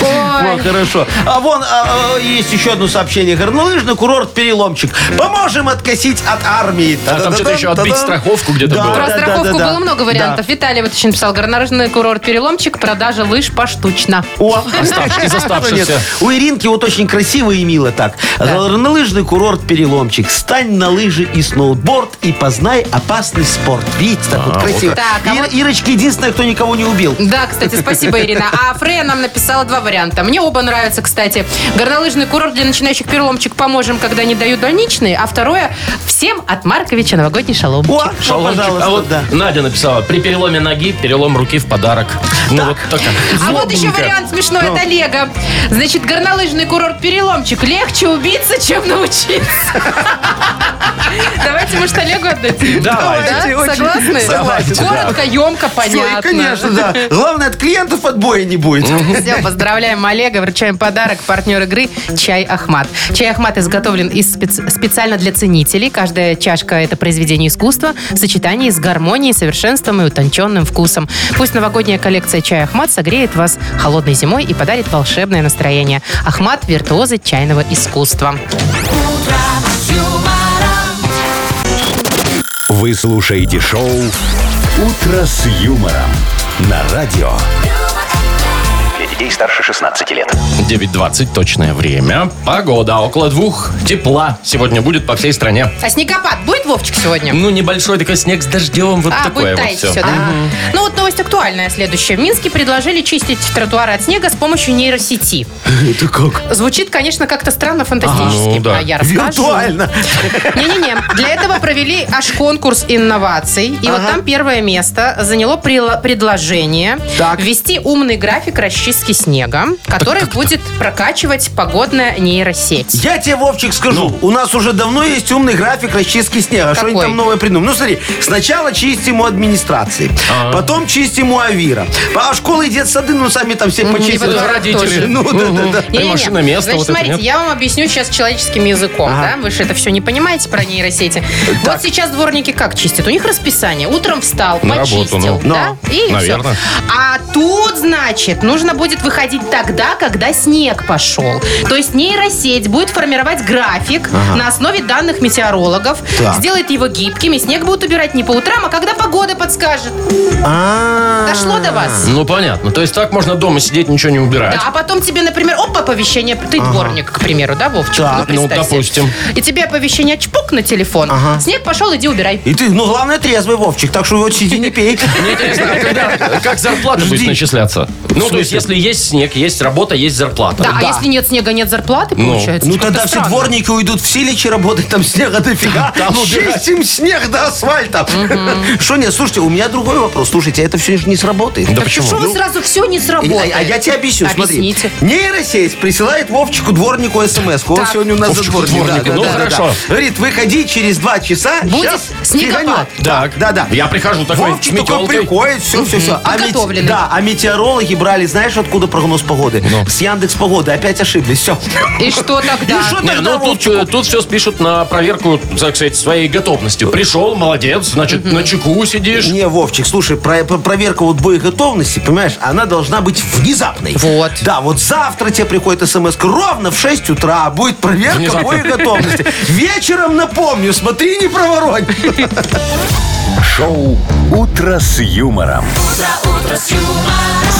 Speaker 6: Во, хорошо. А вон а, а, есть еще одно сообщение. Горнолыжный курорт переломчик. Поможем откосить от армии.
Speaker 4: А там что-то еще отбить
Speaker 6: Та-да-дам,
Speaker 4: страховку где-то
Speaker 6: Да,
Speaker 4: было.
Speaker 5: Про
Speaker 6: да, да,
Speaker 5: страховку
Speaker 6: да, да.
Speaker 5: было много вариантов. Виталий вот еще написал, горнолыжный курорт-переломчик, продажа лыж поштучно.
Speaker 6: О,
Speaker 4: Остав- из оставшихся.
Speaker 6: Нет, У Иринки вот очень красиво и мило так. Горнолыжный курорт-переломчик. Стань на лыжи и сноуборд и познай опасный спорт. Видите, так вот красиво.
Speaker 5: Так, а
Speaker 6: Ир-
Speaker 5: вот-
Speaker 6: Ирочка единственная, кто никого не убил.
Speaker 5: Да, кстати, спасибо, Ирина. А Фрея нам написала два варианта. Мне оба нравятся, кстати. Горнолыжный курорт для начинающих переломчик поможем, когда не дают больничные. А второе, всем от Марковича новогодний шалом.
Speaker 6: О, ну,
Speaker 4: Шалончик.
Speaker 6: пожалуйста,
Speaker 4: А вот
Speaker 6: да.
Speaker 4: Надя написала, при переломе ноги, перелом руки в подарок. Ну вот такая.
Speaker 5: А вот еще
Speaker 4: злобненькая.
Speaker 5: вариант смешной
Speaker 6: Ну.
Speaker 5: от Олега. Значит, горнолыжный курорт-переломчик. Легче убиться, чем научиться. Давайте, может, Олегу отдадим?
Speaker 6: Давайте,
Speaker 5: Да?
Speaker 6: очень
Speaker 5: Согласны?
Speaker 6: согласен, да.
Speaker 5: Коротко, емко,
Speaker 6: Всё,
Speaker 5: понятно.
Speaker 6: и конечно, да. Главное, от клиентов отбоя не будет.
Speaker 5: Все, поздравляем Олега, вручаем подарок. Партнер игры «Чай Ахмат». «Чай Ахмат» изготовлен из спец- специально для ценителей. Каждая чашка – это произведение искусства в сочетании с гармонией, совершенством и утонченным вкусом. Пусть новогодняя коллекция «Чай Ахмат» согреет вас холодной зимой и подарит волшебное настроение. «Ахмат» – виртуозы чайного искусства.
Speaker 7: Вы слушаете шоу «Утро с юмором» на радио. Для детей старше 16 лет.
Speaker 4: 9.20 точное время. Погода около двух. Тепла сегодня будет по всей стране.
Speaker 5: А снегопад будет, Вовчик, сегодня?
Speaker 4: Ну, небольшой такой снег с дождем, вот
Speaker 5: а,
Speaker 4: такое
Speaker 5: будет
Speaker 4: вот
Speaker 5: таять
Speaker 4: все.
Speaker 5: все, да? Ну вот новость актуальная следующая. В Минске предложили чистить тротуары от снега с помощью нейросети.
Speaker 6: Это как?
Speaker 5: Звучит, конечно, как-то странно, фантастически.
Speaker 4: А, ну да.
Speaker 5: А я расскажу.
Speaker 6: Виртуально.
Speaker 5: Не-не-не. Для этого провели аж конкурс инноваций. И вот там первое место заняло прила- предложение ввести умный график расчистки снега, который будет прокачивать погодная нейросеть.
Speaker 6: Я тебе, Вовчик, скажу. У нас уже давно есть умный график расчистки снега. Что они
Speaker 5: Какой?
Speaker 6: там новое придумали? Ну, смотри, сначала чистим у администрации, потом чистим у Авира. А школы и детсады, ну, сами там все почистили.
Speaker 5: потом
Speaker 4: родители.
Speaker 6: Ну, да, да, да.
Speaker 4: И машина место,
Speaker 5: Значит,
Speaker 4: вот это
Speaker 5: смотрите,
Speaker 4: нет.
Speaker 5: я вам объясню сейчас человеческим языком, да? Вы же это все не понимаете про нейросети. Вот сейчас дворники как чистят? У них расписание. Утром встал,
Speaker 4: На работу,
Speaker 5: почистил,
Speaker 4: ну.
Speaker 5: да?
Speaker 4: Ну,
Speaker 5: И всё.
Speaker 4: наверное.
Speaker 5: А тут, значит, нужно будет выходить тогда, когда снег пошел. То есть нейросеть будет формировать график на основе данных метеорологов,
Speaker 6: Так.
Speaker 5: сделает его гибким, и снег будут убирать не по утрам, а когда погода подскажет.
Speaker 6: А,
Speaker 5: Дошло до вас?
Speaker 4: Ну, понятно. То есть так можно дома сидеть, ничего не убирать.
Speaker 5: Да, а потом тебе, например, опа, оповещение. Ты дворник, к примеру, да, Вовчик?
Speaker 6: Так, ну,
Speaker 5: представь себе.
Speaker 4: допустим.
Speaker 5: И тебе оповещение чпок на телефон. Снег пошел, иди убирай.
Speaker 6: И ты, ну, главное, трезвый, Вовчик, так что вот сиди, не пей.
Speaker 4: Мне интересно, а когда, как зарплата будет
Speaker 6: Жди.
Speaker 4: начисляться? Ну, то есть,
Speaker 6: смысле?
Speaker 4: если есть снег, есть работа, есть зарплата.
Speaker 5: Да, а если нет снега, нет зарплаты,
Speaker 4: Ну.
Speaker 5: получается?
Speaker 6: Ну,
Speaker 5: Как-то
Speaker 6: тогда все
Speaker 5: странно.
Speaker 6: дворники уйдут в Силичи работать, там снега дофига. Ну,
Speaker 4: Там убирать.
Speaker 6: Чистим снег до асфальта. Что нет, слушайте, у меня другой вопрос. Слушайте, это все же не сработает.
Speaker 4: Да
Speaker 5: Так
Speaker 4: почему?
Speaker 5: Что вы
Speaker 6: Ну,
Speaker 5: сразу все не
Speaker 6: И-
Speaker 5: сработает?
Speaker 6: А, а я тебе объясню,
Speaker 5: Объясните.
Speaker 6: смотри. Нейросеть присылает Вовчику дворнику смс. Он
Speaker 5: Так.
Speaker 6: сегодня у нас за
Speaker 4: Вовчику
Speaker 6: дворник.
Speaker 4: дворнику, ну хорошо.
Speaker 6: Говорит, выходи через два часа.
Speaker 5: Будет
Speaker 6: щас
Speaker 5: снегопад.
Speaker 6: фиганет.
Speaker 4: Так.
Speaker 6: Да, да.
Speaker 4: Я прихожу такой,
Speaker 6: Вовчик
Speaker 4: с
Speaker 6: такой
Speaker 4: метелкой.
Speaker 6: приходит, все, все, все.
Speaker 5: Подготовленный.
Speaker 6: да, а метеорологи брали, знаешь, откуда прогноз погоды?
Speaker 4: Ну.
Speaker 6: С Яндекс погоды. Опять ошиблись, все.
Speaker 5: И что тогда?
Speaker 6: Ну, что
Speaker 4: Не,
Speaker 6: тогда,
Speaker 4: ну тут,
Speaker 6: Вовчику?
Speaker 4: э, тут все спишут на проверку, так сказать, своей готовности. Пришел, молодец, значит, на чеку сидишь.
Speaker 6: Не, Вовчик, слушай, про- про- проверка вот боеготовности, понимаешь, она должна быть внезапной.
Speaker 5: Вот.
Speaker 6: Да, вот завтра тебе приходит смс ровно в 6 утра будет проверка
Speaker 4: Внезапно.
Speaker 6: боеготовности. Вечером напомню, смотри, не проворонь.
Speaker 7: Шоу Утро с юмором.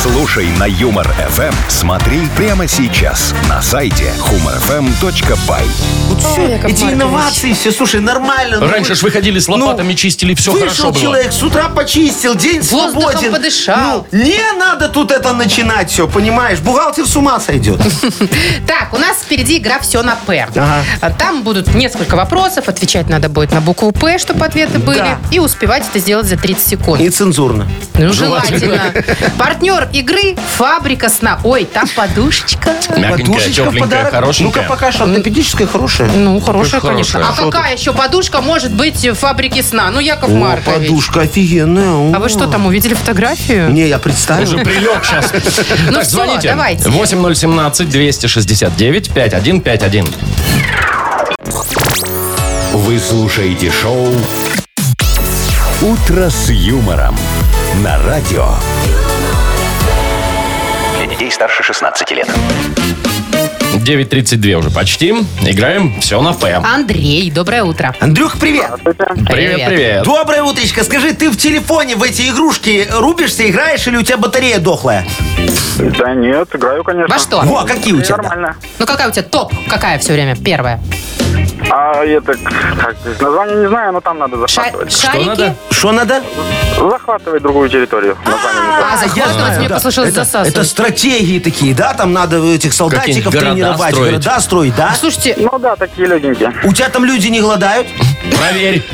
Speaker 7: Слушай на Юмор ФМ. Смотри прямо сейчас на сайте humorfm.by.
Speaker 6: Вот всё, эти инновации все, слушай, нормально. ну,
Speaker 4: Раньше ж выходили с лопатами, чистили, все хорошо
Speaker 6: Вышел
Speaker 4: было.
Speaker 6: человек, с утра почистил, день
Speaker 5: Воздухом
Speaker 6: свободен.
Speaker 5: подышал.
Speaker 6: Ну, не надо тут это начинать все, понимаешь? Бухгалтер с ума сойдет.
Speaker 5: Так, у нас впереди игра «Все на П». А Там будут несколько вопросов, отвечать надо будет на букву «П», чтобы ответы были, и успевать это сделать за 30 секунд.
Speaker 6: И цензурно.
Speaker 5: Ну, желательно. Партнер игры «Фабрика сна». Ой, там подушечка.
Speaker 4: Мягонькая,
Speaker 6: Подушечка в
Speaker 4: тепленькая,
Speaker 6: подарок.
Speaker 4: хорошенькая.
Speaker 6: Ну-ка пока что, ортопедическая хорошая.
Speaker 5: Ну, хорошая,
Speaker 4: Какая
Speaker 5: конечно.
Speaker 4: хорошая.
Speaker 5: А какая еще подушка может быть в «Фабрике сна»? Ну, Яков
Speaker 6: О,
Speaker 5: Маркович.
Speaker 6: подушка офигенная.
Speaker 5: А вы что там, увидели
Speaker 4: Ну.
Speaker 5: фотографию?
Speaker 6: Не, я представил.
Speaker 4: Уже прилег сейчас.
Speaker 5: Ну
Speaker 4: Так,
Speaker 5: всё,
Speaker 4: звоните.
Speaker 5: давайте.
Speaker 4: 8017-269-5151.
Speaker 7: Вы слушаете шоу «Утро с юмором» на радио. Для детей старше 16 лет.
Speaker 4: 9.32 уже почти. Играем все на
Speaker 5: А,
Speaker 4: П.
Speaker 5: Андрей, доброе утро.
Speaker 6: Андрюх, привет.
Speaker 4: Привет, привет.
Speaker 6: Доброе утречко. Скажи, ты в телефоне в эти игрушки рубишься, играешь или у тебя батарея дохлая?
Speaker 10: Да нет, играю, конечно.
Speaker 5: Во что?
Speaker 6: Во, какие у тебя? да?
Speaker 10: Нормально.
Speaker 5: Ну, какая у тебя топ? Какая все время? Первая.
Speaker 10: А это, как, название не знаю, но там надо
Speaker 5: Ша-
Speaker 10: захватывать.
Speaker 5: шарики?
Speaker 4: надо?
Speaker 6: Что надо?
Speaker 10: Захватывать другую территорию. Название не знаю.
Speaker 5: А, захватывать,
Speaker 6: знаю,
Speaker 5: мне
Speaker 6: да.
Speaker 5: послышалось
Speaker 6: это,
Speaker 5: засасывать.
Speaker 6: это стратегии такие, да? Там надо этих солдатиков
Speaker 4: Какие-нибудь города
Speaker 6: тренировать,
Speaker 4: строить.
Speaker 6: города строить, да?
Speaker 5: А, Слушайте,
Speaker 10: Ну да, такие легенькие.
Speaker 6: У тебя там люди не голодают?
Speaker 4: Проверь.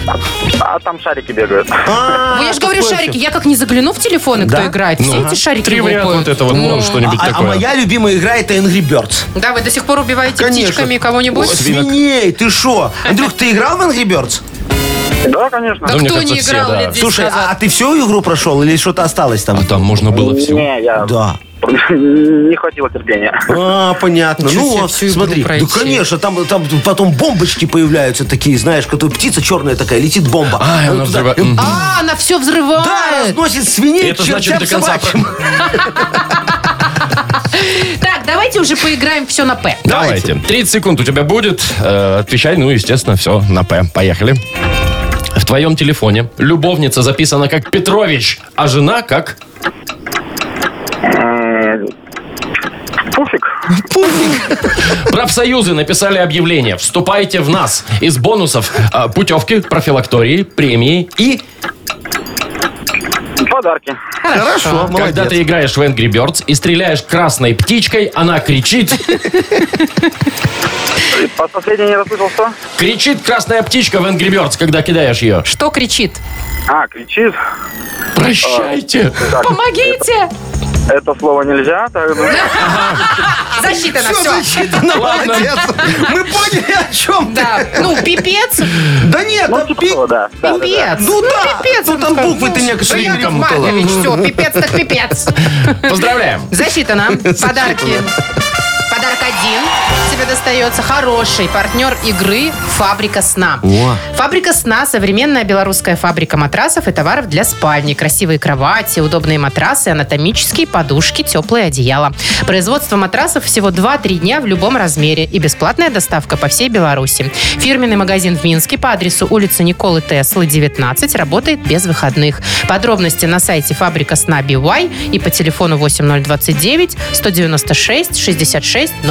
Speaker 10: А там шарики бегают.
Speaker 5: ну, я же говорю
Speaker 6: А, такое
Speaker 5: шарики. Я как не загляну в телефоны, кто
Speaker 6: Да?
Speaker 5: играет. Все эти шарики
Speaker 4: Ну, Три варианта
Speaker 5: лопают.
Speaker 4: вот этого, ну,
Speaker 6: А,
Speaker 4: что-нибудь
Speaker 6: а
Speaker 4: такое.
Speaker 6: моя любимая игра это Angry Birds.
Speaker 5: Да, вы до сих пор убиваете
Speaker 6: Конечно.
Speaker 5: птичками кого-нибудь?
Speaker 6: О, свиней, ты шо? Андрюх, ты играл в Angry Birds?
Speaker 10: Да, конечно.
Speaker 5: Да
Speaker 4: Да, Ну, мне
Speaker 5: кто не
Speaker 4: кажется, все,
Speaker 5: играл
Speaker 4: да.
Speaker 5: лет 10
Speaker 6: Слушай, а
Speaker 5: назад?
Speaker 6: ты всю игру прошел или что-то осталось там?
Speaker 4: А там можно было все.
Speaker 10: Не, я...
Speaker 6: Да.
Speaker 10: Не хватило терпения.
Speaker 6: А, понятно.
Speaker 5: Ничего себе,
Speaker 6: Ну,
Speaker 5: всю игру
Speaker 6: смотри, да,
Speaker 5: пройти.
Speaker 6: конечно, там, там потом бомбочки появляются такие, знаешь, которые птица черная такая, летит бомба.
Speaker 4: А, и она
Speaker 5: Ну,
Speaker 6: Она туда-
Speaker 4: взрывает. Мгм.
Speaker 5: А, она все
Speaker 6: Да,
Speaker 5: взрывает.
Speaker 6: разносит свиней, Это
Speaker 4: Это значит, до конца
Speaker 5: Так, давайте уже поиграем все на П.
Speaker 4: Давайте. 30 секунд у тебя будет. Э, Отвечай, ну, естественно, все на П. Поехали. В твоем телефоне любовница записана как Петрович, а жена как...
Speaker 10: М, Пуфик.
Speaker 4: Профсоюзы написали объявление. Вступайте в нас. Из бонусов э, путевки, профилактории, премии и...
Speaker 10: Подарки.
Speaker 6: Хорошо,
Speaker 4: Когда
Speaker 6: молодец.
Speaker 4: ты играешь в Angry Birds и стреляешь красной птичкой, она кричит.
Speaker 10: По- А Последний не расслышал, что?
Speaker 4: Кричит красная птичка в Angry Birds, когда кидаешь ее.
Speaker 5: Что кричит?
Speaker 10: А, кричит.
Speaker 4: Прощайте.
Speaker 5: Помогите!
Speaker 10: Это слово нельзя. так, ну,
Speaker 5: Защита на
Speaker 6: Всё,
Speaker 5: все.
Speaker 6: засчитано,
Speaker 4: Ладно.
Speaker 6: молодец. Мы поняли, о чем ты.
Speaker 5: Да, ну, пипец,
Speaker 6: Да нет,
Speaker 10: Ну,
Speaker 6: там
Speaker 10: типа
Speaker 6: пи-
Speaker 10: того, да. Да, да, да.
Speaker 5: пипец.
Speaker 6: Ну да,
Speaker 5: пипец.
Speaker 6: ну
Speaker 5: он
Speaker 6: там
Speaker 5: сказал.
Speaker 6: буквы ты мне кошельки
Speaker 5: Яков
Speaker 6: перепутала.
Speaker 5: Маркович, все, пипец так пипец.
Speaker 4: Поздравляем.
Speaker 5: Защита нам. Подарки. Подарок один тебе достается. Хороший партнер игры «Фабрика сна». «Фабрика сна» – современная белорусская фабрика матрасов и товаров для спальни. Красивые кровати, удобные матрасы, анатомические подушки, теплые одеяла. Производство матрасов всего 2-3 дня в любом размере и бесплатная доставка по всей Беларуси. Фирменный магазин в Минске по адресу улица Николы Теслы, 19, работает без выходных. Подробности на сайте фабрика сна BY и по телефону 8029 196 66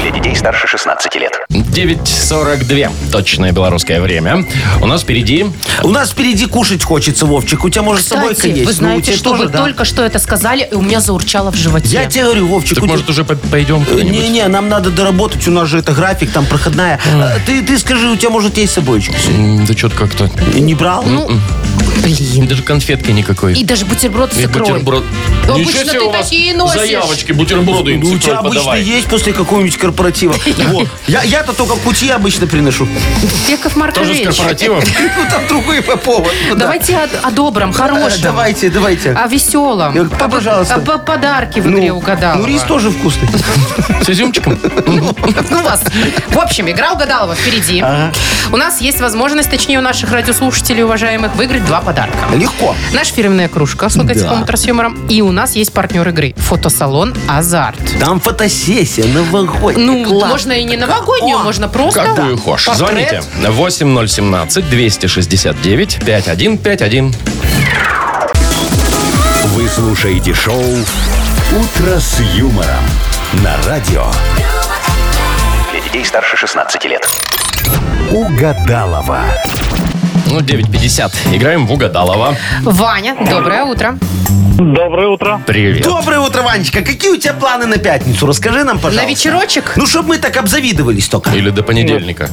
Speaker 7: Для детей старше 16 лет.
Speaker 4: 9.42. Точное белорусское время. У нас впереди...
Speaker 6: У нас впереди кушать хочется, Вовчик. У тебя, может, с собой
Speaker 5: Кстати,
Speaker 6: есть.
Speaker 5: вы
Speaker 6: Ну, у
Speaker 5: знаете,
Speaker 6: тебя
Speaker 5: что
Speaker 6: тоже,
Speaker 5: вы
Speaker 6: да.
Speaker 5: только что это сказали, и у меня заурчало в животе.
Speaker 6: Я тебе говорю, Вовчик,
Speaker 4: Так,
Speaker 6: у тебя-
Speaker 4: может, уже по- пойдем куда-нибудь?
Speaker 6: Не-не, нам надо доработать, у нас же это график, там проходная. А, Ты, ты скажи, у тебя, может, есть с собой сегодня?
Speaker 4: М, Да что-то как-то...
Speaker 6: Не брал?
Speaker 5: Ну, блин.
Speaker 4: Даже конфетки никакой.
Speaker 5: И даже бутерброд с
Speaker 4: И
Speaker 5: икрой.
Speaker 4: бутерброд.
Speaker 5: Да
Speaker 4: Ничего
Speaker 5: обычно
Speaker 4: себе
Speaker 5: ты
Speaker 4: у вас
Speaker 5: такие и носишь.
Speaker 4: Заявочки, бутерброды им
Speaker 6: Ну,
Speaker 4: с
Speaker 6: у
Speaker 4: икрой
Speaker 6: тебя обычно
Speaker 4: подавай.
Speaker 6: есть после какого-нибудь корпоратива. Вот. Я- Я-то только кути обычно приношу.
Speaker 5: Яков Маркович.
Speaker 6: Ну, там другой по повод. Ну, да.
Speaker 5: Давайте А о, о добром, хорошем.
Speaker 6: Э, Давайте, давайте.
Speaker 5: О веселом.
Speaker 6: Э, па- пожалуйста.
Speaker 5: О, по- подарке в игре угадал.
Speaker 6: Ну, рис тоже вкусный.
Speaker 4: С изюмчиком?
Speaker 5: Ну, вас. В общем, игра угадалова впереди. У нас есть возможность, точнее, у наших радиослушателей, уважаемых, выиграть два подарка.
Speaker 6: Легко.
Speaker 5: Наша фирменная кружка с логотипом
Speaker 6: Да.
Speaker 5: «Утро с юмором». И у нас есть партнер игры. Фотосалон «Азарт».
Speaker 6: Там фотосессия новогодняя.
Speaker 5: Ну, можно и не новогоднюю, можно просто...
Speaker 4: Ну, Какую хочешь.
Speaker 5: Портрет.
Speaker 4: Звоните 8017-269-5151.
Speaker 7: Вы слушаете шоу «Утро с юмором» на радио. Для детей старше 16 лет. Угадалова.
Speaker 4: Ну, 9.50. Играем в угадалово.
Speaker 5: Ваня, доброе утро.
Speaker 8: Доброе утро.
Speaker 4: Привет.
Speaker 6: Доброе утро, Ванечка. Какие у тебя планы на пятницу? Расскажи нам, пожалуйста.
Speaker 5: На вечерочек?
Speaker 6: Ну, чтобы мы так обзавидовались только.
Speaker 4: Или до понедельника.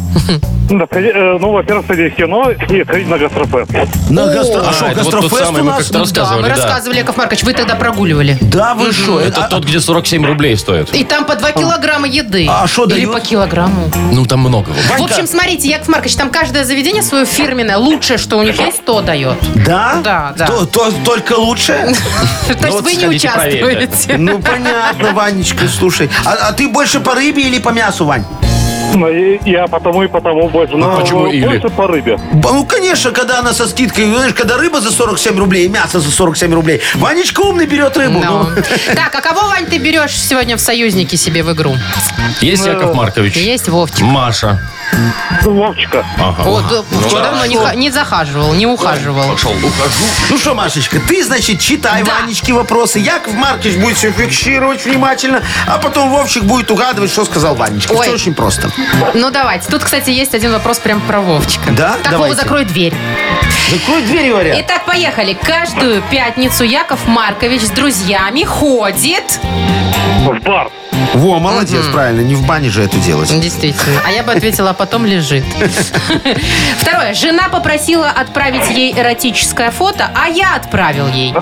Speaker 8: Да, ходи- э, ну, во-первых, сходить в кино и сходить на гастрофест.
Speaker 6: На гастро-
Speaker 4: А,
Speaker 6: а шо,
Speaker 4: это вот тот
Speaker 6: гастрофест
Speaker 4: самый,
Speaker 6: у
Speaker 4: мы
Speaker 6: нас?
Speaker 4: как-то
Speaker 5: Да,
Speaker 4: рассказывали,
Speaker 5: вы
Speaker 4: да.
Speaker 5: рассказывали, Яков Маркович, вы тогда прогуливали.
Speaker 6: Да, вы что?
Speaker 4: Это тот, где 47 рублей стоит.
Speaker 5: И там по 2 килограмма еды.
Speaker 6: А шо
Speaker 5: Или
Speaker 6: дают?
Speaker 5: по килограмму.
Speaker 4: Ну, там много. вот.
Speaker 5: В общем, смотрите, Яков Маркович, там каждое заведение свое фирменное. Лучшее, что у них есть, то дает.
Speaker 6: Да?
Speaker 5: Да, да.
Speaker 6: То- то- только лучше?
Speaker 5: То есть
Speaker 4: вот
Speaker 5: вы не
Speaker 4: сходите, проверьте.
Speaker 5: участвуете.
Speaker 6: Ну, понятно, Ванечка, слушай. А, а ты больше по рыбе или по мясу, Вань?
Speaker 8: Ну, и я потому и потому больше.
Speaker 4: Ну,
Speaker 8: Но
Speaker 4: почему
Speaker 8: больше
Speaker 4: или?
Speaker 8: по рыбе.
Speaker 6: Б- Ну, конечно, когда она со скидкой, знаешь, когда рыба за 47 рублей, мясо за 47 рублей. Ванечка умный берет рыбу.
Speaker 5: Ну.
Speaker 6: ну.
Speaker 5: Так, а кого, Вань, ты берешь сегодня в союзники себе в игру?
Speaker 4: Есть Яков Маркович?
Speaker 5: Есть Вовчик.
Speaker 4: Маша.
Speaker 8: Вовчика.
Speaker 4: Ага.
Speaker 6: Ну
Speaker 5: Вот, э, давно не ха- не захаживал, не ухаживал.
Speaker 4: Пошел, ухожу.
Speaker 6: Ну что, Машечка, ты, значит, читай
Speaker 5: Да.
Speaker 6: Ванечке вопросы. Яков Маркич будет все фиксировать внимательно, а потом Вовчик будет угадывать, что сказал Ванечка.
Speaker 5: Ой.
Speaker 6: Все очень просто.
Speaker 5: Ну, давайте. Тут, кстати, есть один вопрос прям про Вовчика.
Speaker 6: Да?
Speaker 5: Так, Вова,
Speaker 6: Давайте.
Speaker 5: закрой дверь.
Speaker 6: Закрой дверь, говорят.
Speaker 5: Итак, поехали. Каждую пятницу Яков Маркович с друзьями ходит...
Speaker 8: В бар.
Speaker 6: Во, молодец, правильно, не в бане же это делать.
Speaker 5: Действительно. А я бы ответила, а потом лежит. Второе. Жена попросила отправить ей эротическое фото, а я отправил ей.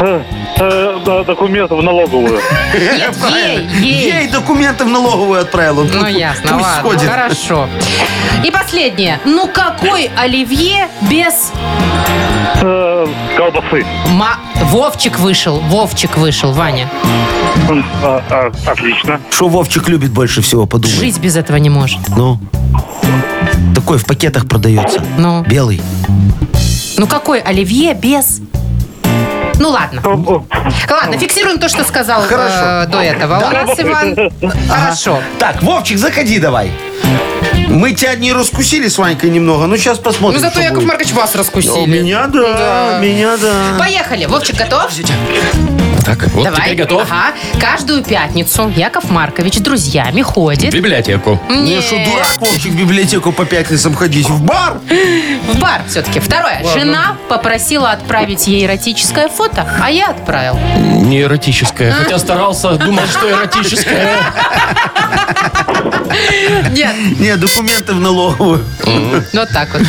Speaker 8: Э, э, да, документы в налоговую.
Speaker 5: Нет, ей, ей.
Speaker 6: Ей документы в налоговую отправил. он.
Speaker 5: Ну, ясно,
Speaker 6: Пусть
Speaker 5: ладно,
Speaker 6: сходит.
Speaker 5: хорошо. И последнее. Ну, какой оливье без...
Speaker 8: Э, колбасы.
Speaker 5: Ма... Вовчик вышел, Вовчик вышел, Ваня.
Speaker 8: А, а, отлично.
Speaker 6: Что Вовчик любит больше всего, подумай.
Speaker 5: Жить без этого не может.
Speaker 6: Ну, такой в пакетах продается.
Speaker 5: Ну,
Speaker 6: Белый.
Speaker 5: ну какой оливье без... Ну, ладно. Ладно, фиксируем то, что сказал э,
Speaker 6: Хорошо.
Speaker 5: до этого. У нас, Иван... Хорошо.
Speaker 6: Так, Вовчик, заходи давай. Мы тебя не раскусили с Ванькой немного, но сейчас
Speaker 5: Ну,
Speaker 6: посмотрим.
Speaker 5: зато
Speaker 6: что
Speaker 5: Яков
Speaker 6: будет.
Speaker 5: Маркович вас раскусили.
Speaker 6: О, Меня да,
Speaker 5: Да.
Speaker 6: меня да.
Speaker 5: Поехали. Вовчик, готов?
Speaker 4: Так, вот
Speaker 5: Давай.
Speaker 4: теперь готов.
Speaker 5: Ага. Каждую пятницу Яков Маркович с друзьями
Speaker 4: В
Speaker 5: ходит
Speaker 4: библиотеку.
Speaker 6: Не, что, дурак, Вовчик, в библиотеку по пятницам ходить? В бар?
Speaker 5: в бар все-таки. Второе. Жена попросила отправить ей эротическое фото, а я отправил.
Speaker 4: Не эротическое. Хотя старался, думал, что эротическое.
Speaker 5: Нет,
Speaker 6: Не, документы в налоговую.
Speaker 5: вот так вот.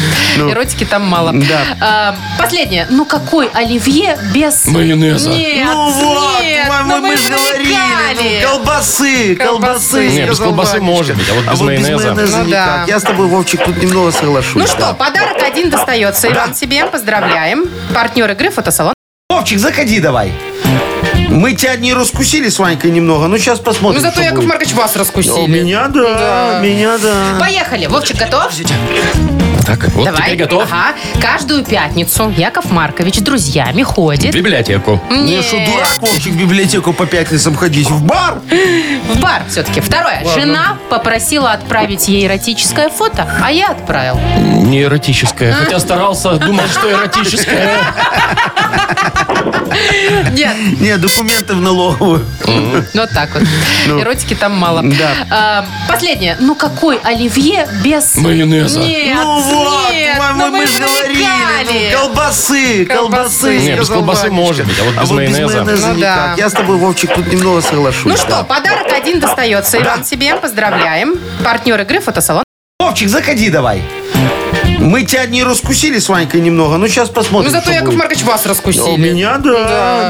Speaker 5: Эротики там мало.
Speaker 6: Ну. Да.
Speaker 5: А, Последнее. Ну какой оливье без...
Speaker 4: Майонеза.
Speaker 5: Нет,
Speaker 6: ну вот,
Speaker 5: нет,
Speaker 6: мы,
Speaker 5: ну
Speaker 6: мы- мы же говорили.
Speaker 5: намекали.
Speaker 6: ну, колбасы, колбасы.
Speaker 4: Не, без
Speaker 6: сказал
Speaker 4: колбасы
Speaker 6: Ванечка.
Speaker 4: может быть, а вот без майонеза.
Speaker 5: Ну да.
Speaker 6: никак. Я с тобой, Вовчик, тут немного соглашусь.
Speaker 5: Ну что,
Speaker 6: да.
Speaker 5: подарок один достается. Иван, тебе поздравляем. Партнер игры «Фотосалон».
Speaker 6: Вовчик, заходи давай. Мы тебя не раскусили с Ванькой немного, но сейчас посмотрим.
Speaker 5: Ну зато
Speaker 6: что
Speaker 5: Яков
Speaker 6: будет.
Speaker 5: Маркович вас
Speaker 6: О,
Speaker 5: раскусили.
Speaker 6: меня
Speaker 5: Да.
Speaker 6: да, меня да.
Speaker 5: Поехали. Вовчик, готов?
Speaker 4: Так, вот
Speaker 5: Давай.
Speaker 4: теперь готов.
Speaker 5: Ага. Каждую пятницу Яков Маркович с друзьями
Speaker 4: В
Speaker 5: ходит.
Speaker 4: библиотеку.
Speaker 6: Не, что, дурак, Вовчик, в библиотеку по пятницам ходить? В бар?
Speaker 5: В бар все-таки. Второе. Жена попросила отправить ей эротическое фото, а я отправил.
Speaker 4: Не эротическое. Хотя старался, думал, что эротическое.
Speaker 5: Нет,
Speaker 6: Не, документы в налоговую.
Speaker 5: вот так вот.
Speaker 6: Ну,
Speaker 5: Эротики там мало. А, Последнее. Ну какой оливье без...
Speaker 4: Майонеза.
Speaker 5: Нет,
Speaker 6: ну вот,
Speaker 5: нет,
Speaker 6: мы,
Speaker 5: ну
Speaker 6: мы- мы же говорили.
Speaker 5: намекали.
Speaker 6: ну, колбасы, колбасы.
Speaker 4: Не, без
Speaker 6: сказал
Speaker 4: колбасы
Speaker 6: Ванечка.
Speaker 4: может быть, а вот без майонеза.
Speaker 5: Ну да.
Speaker 6: никак. Я с тобой, Вовчик, тут немного соглашусь.
Speaker 5: Ну что,
Speaker 6: да.
Speaker 5: подарок один достается. Иван, тебе поздравляем. Партнер игры «Фотосалон».
Speaker 6: Вовчик, заходи давай. Мы тебя не раскусили с Ванькой немного, но сейчас посмотрим.
Speaker 5: Ну зато
Speaker 6: что
Speaker 5: Яков
Speaker 6: будет.
Speaker 5: Маркович вас
Speaker 6: О,
Speaker 5: раскусили.
Speaker 6: меня да,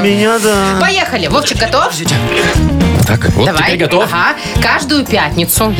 Speaker 5: Да.
Speaker 6: меня да.
Speaker 5: Поехали. Вовчик, готов?
Speaker 4: Так, вот
Speaker 5: Давай.
Speaker 4: теперь готов.
Speaker 5: Ага. Каждую пятницу